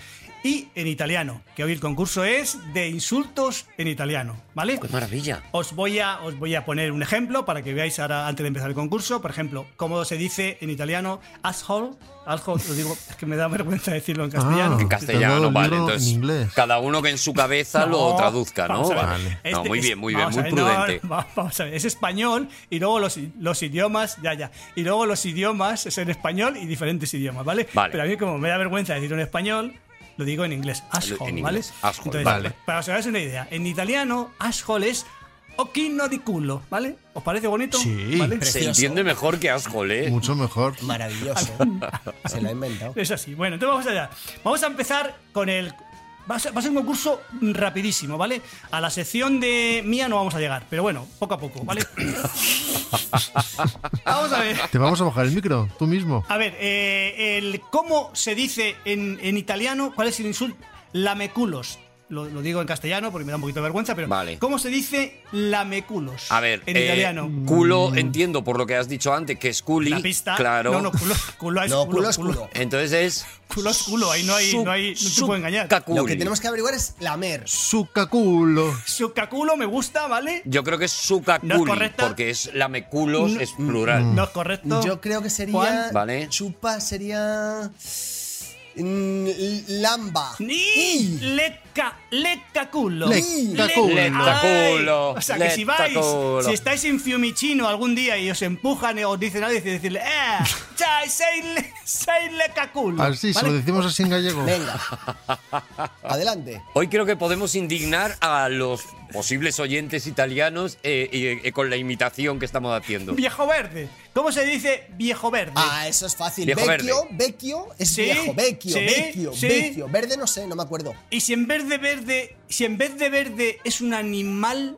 S5: y en italiano. Que hoy el concurso es de insultos en italiano, ¿vale?
S1: ¡Qué maravilla!
S5: Os voy, a, os voy a poner un ejemplo para que veáis ahora antes de empezar el concurso. Por ejemplo, cómo se dice en italiano asshole. Asshole, lo digo, es que me da vergüenza decirlo en castellano.
S2: Ah. Te
S1: En castellano,
S2: han dado el
S1: vale.
S2: libro
S1: Entonces,
S2: en inglés.
S1: cada uno que en su cabeza
S5: No,
S1: lo traduzca, ¿no?
S5: vamos a ver.
S1: Vale. No,
S5: Este
S1: muy
S5: es-
S1: bien, muy bien,
S5: vamos
S1: muy
S5: a ver, no,
S1: prudente.
S5: va- vamos a ver, es español y luego los, los idiomas, ya, ya. Y luego los idiomas es en español y diferentes idiomas, ¿vale?
S1: Vale.
S5: Pero a mí, como me da vergüenza decirlo en español, lo digo en inglés. Asshole,
S1: En
S5: ¿vale?
S1: inglés, asshole,
S2: vale.
S5: Para que os hagáis una idea, en italiano, asshole es occhino di culo, ¿vale? ¿Os parece bonito?
S2: Sí.
S5: ¿Vale?
S1: Se entiende mejor que ascole, ¿eh?
S2: Mucho mejor.
S4: Maravilloso. Se lo ha inventado.
S5: Es así. Bueno, entonces vamos allá. Vamos a empezar con el. Va a ser, va a ser un concurso rapidísimo, ¿vale? A la sección de mía no vamos a llegar, pero bueno, poco a poco, ¿vale? vamos a ver.
S2: Te vamos a bajar el micro, tú mismo.
S5: A ver, eh, el cómo se dice en, en italiano, ¿cuál es el insulto? Lameculos. Lo, lo digo en castellano porque me da un poquito de vergüenza, pero
S1: Vale.
S5: ¿cómo se dice lameculos?
S1: A ver,
S5: en
S1: eh,
S5: italiano.
S2: Mm.
S1: culo entiendo por lo que has dicho antes, que es culi.
S5: La pista.
S1: Claro.
S5: No, no, culo, culo es
S4: No,
S5: culo,
S4: culo es
S5: culo.
S4: culo.
S1: Entonces es.
S5: Culo es culo, ahí no hay,
S1: su-
S5: no hay, no te
S1: su-
S5: puedo engañar.
S1: caculi.
S4: Lo que tenemos que averiguar es la mer.
S2: Sucaculo.
S5: Sucaculo me gusta, ¿vale?
S1: Yo creo que es sucaculi,
S5: No es correcta.
S1: porque es lameculos,
S5: No-
S1: es plural.
S5: No es correcto.
S4: Mm. Yo creo que sería.
S5: ¿Cuál?
S1: Vale.
S4: Chupa sería. mm, lamba.
S5: Ni leca, lecaculo.
S2: Lecaculo.
S5: Ay,
S1: Lecaculo,
S5: O sea que si vais,
S1: lecaculo.
S5: si estáis en Fiumicino algún día y os empujan y os dicen algo, decís- decirle, ¡eh! ¡Chai, sei, le- sei lecaculo!
S2: Así, se
S5: ¿Vale?
S2: lo decimos así en gallego.
S4: Venga. Adelante.
S1: Hoy creo que podemos indignar a los posibles oyentes italianos eh, y- eh, con la imitación que estamos haciendo.
S5: Viejo verde. ¿Cómo se dice viejo verde?
S4: Ah, eso es fácil.
S1: Viejo
S4: vecchio,
S1: verde.
S4: vecchio es
S5: Sí,
S4: viejo. Vecchio,
S5: sí,
S4: vecchio,
S5: sí.
S4: vecchio. Verde no sé, no me acuerdo.
S5: Y si en vez de verde, si en vez de verde es un animal,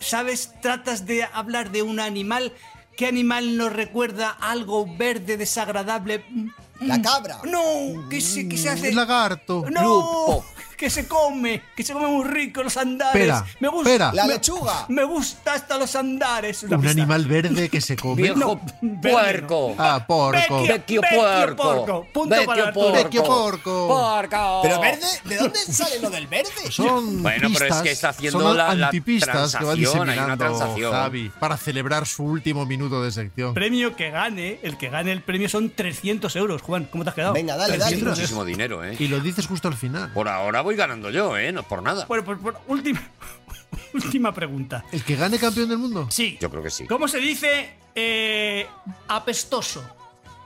S5: ¿sabes? Tratas de hablar de un animal. ¿Qué animal nos recuerda algo verde desagradable? Mm.
S4: La cabra.
S5: No, que se, que se hace.
S2: El lagarto.
S5: No, que se come, que se come muy rico los andares.
S2: Pera,
S5: me gusta,
S2: pera.
S4: La
S5: me-
S4: lechuga.
S5: Me gusta hasta los andares. Una
S2: Un
S5: pista.
S2: animal verde que se come.
S1: Viejo
S5: verde
S1: puerco.
S2: Ah, porco.
S5: Vecchio.
S1: Vecchio
S5: Vecchio
S1: puerco.
S5: porco. Punto para Arturo.
S2: Vecchio porco.
S1: Porco.
S4: Pero verde, ¿de dónde sale lo del verde?
S2: Son
S1: Bueno, pero es
S2: pistas,
S1: que está haciendo
S2: son
S1: la- la
S2: antipistas que va
S1: transacción, hay una
S2: diseminando
S1: transacción.
S2: Javi para celebrar su último minuto de sección.
S5: Premio que gane, el que gane el premio son 300 euros, Juan. ¿Cómo te has quedado?
S4: Venga, dale,
S1: Es
S4: dale.
S1: muchísimo dinero, ¿eh?
S2: Y lo dices justo al final.
S1: Por ahora voy ganando yo, ¿eh? No es por nada.
S5: Bueno, pues por- última, última pregunta.
S2: El que gane campeón del mundo.
S5: Sí.
S1: Yo creo que sí.
S5: ¿Cómo se dice eh, apestoso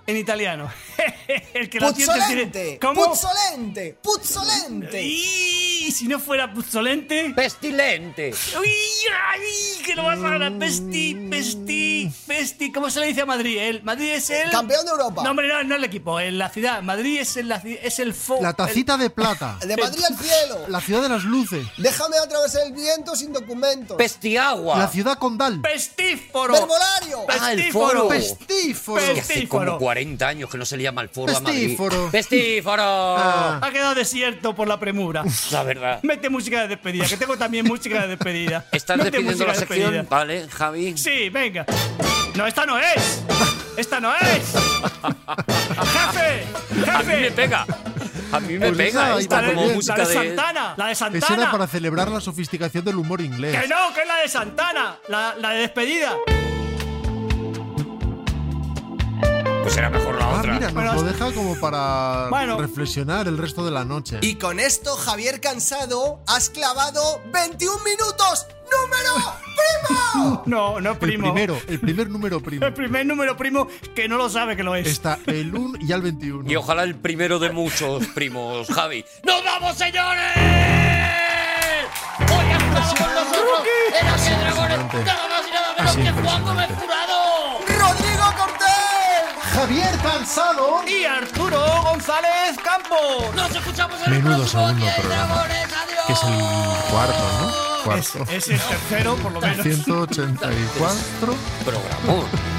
S5: en italiano? el que lo siente tiene-
S4: Puzzolente.
S5: ¿Cómo?
S4: Puzzolente. Puzzolente.
S5: Y si no fuera puzzolente.
S1: Pestilente.
S5: ¡Uy! ¡Ay! ¡Que lo vas a ganar! ¡Pesti! ¡Pesti! ¡Pesti! ¿Cómo se le dice a Madrid? El, Madrid es el.
S4: Campeón de Europa.
S5: No, hombre, no, no el equipo, en la ciudad. Madrid es el, es el fo.
S2: La tacita de plata.
S4: De Madrid al cielo.
S2: La ciudad de las luces.
S4: Déjame atravesar el viento sin documentos.
S1: Pestiagua.
S2: La ciudad condal.
S5: el ¡Pestíforo!
S4: Verbolario.
S1: Ah, el
S5: pestíforo.
S1: foro.
S2: Pestíforo.
S1: Que hace como
S5: Pestíforo.
S1: 40 años que no se le llama el foro a Madrid.
S2: Pestíforo.
S1: Pestíforo.
S2: Ah.
S5: Ha quedado desierto por la premura.
S1: La verdad.
S5: Mete música de despedida, que tengo también música de despedida.
S1: Estás
S5: Mete
S1: despidiendo
S5: música
S1: la
S5: de
S1: sección,
S5: despedida.
S1: ¿vale, Javi?
S5: Sí, venga. No, esta no es. Esta no es. Jefe,
S1: A mí me
S5: jefe.
S1: pega. A mí me
S2: Pues
S1: pega.
S2: esa,
S1: Está
S2: ahí va
S1: como
S2: bien.
S5: la
S1: música
S5: de
S1: de.
S5: Santana, la de
S2: Ese era
S5: Santana.
S2: para celebrar la sofisticación del humor
S5: Que
S2: inglés.
S5: no, que es la de Santana, la, la de despedida.
S1: Pues era mejor la
S2: Ah,
S1: otra.
S2: mira, nos
S5: Bueno,
S2: lo deja como para
S5: Bueno.
S2: reflexionar el resto de la noche.
S4: Y con esto, Javier Cansado, has clavado 21 minutos. ¡Número primo!
S5: No, no,
S2: el
S5: primo.
S2: primero, el primer número primo.
S5: El primer número primo que no lo sabe que lo es.
S2: Está el 1 y el 21.
S1: Y ojalá el primero de muchos primos, Javi. ¡Nos vamos, señores! Hoy ha estado con nosotros el Ángel Dragones,
S2: impresionante.
S1: nada más y nada
S2: Es
S1: menos que Juan Gómez
S2: impresionante.
S1: Jurado.
S4: ¡Rodrigo Cortés!
S2: Javier Cansado.
S5: Y Arturo González Campos.
S1: Nos escuchamos en el
S2: Menudo
S1: próximo
S2: segundo
S1: Día de
S2: programa.
S1: Dragones. ¡Adiós!
S2: que es el cuarto, ¿no?
S5: Es, es el tercero, por lo menos.
S2: 184.
S1: Programón.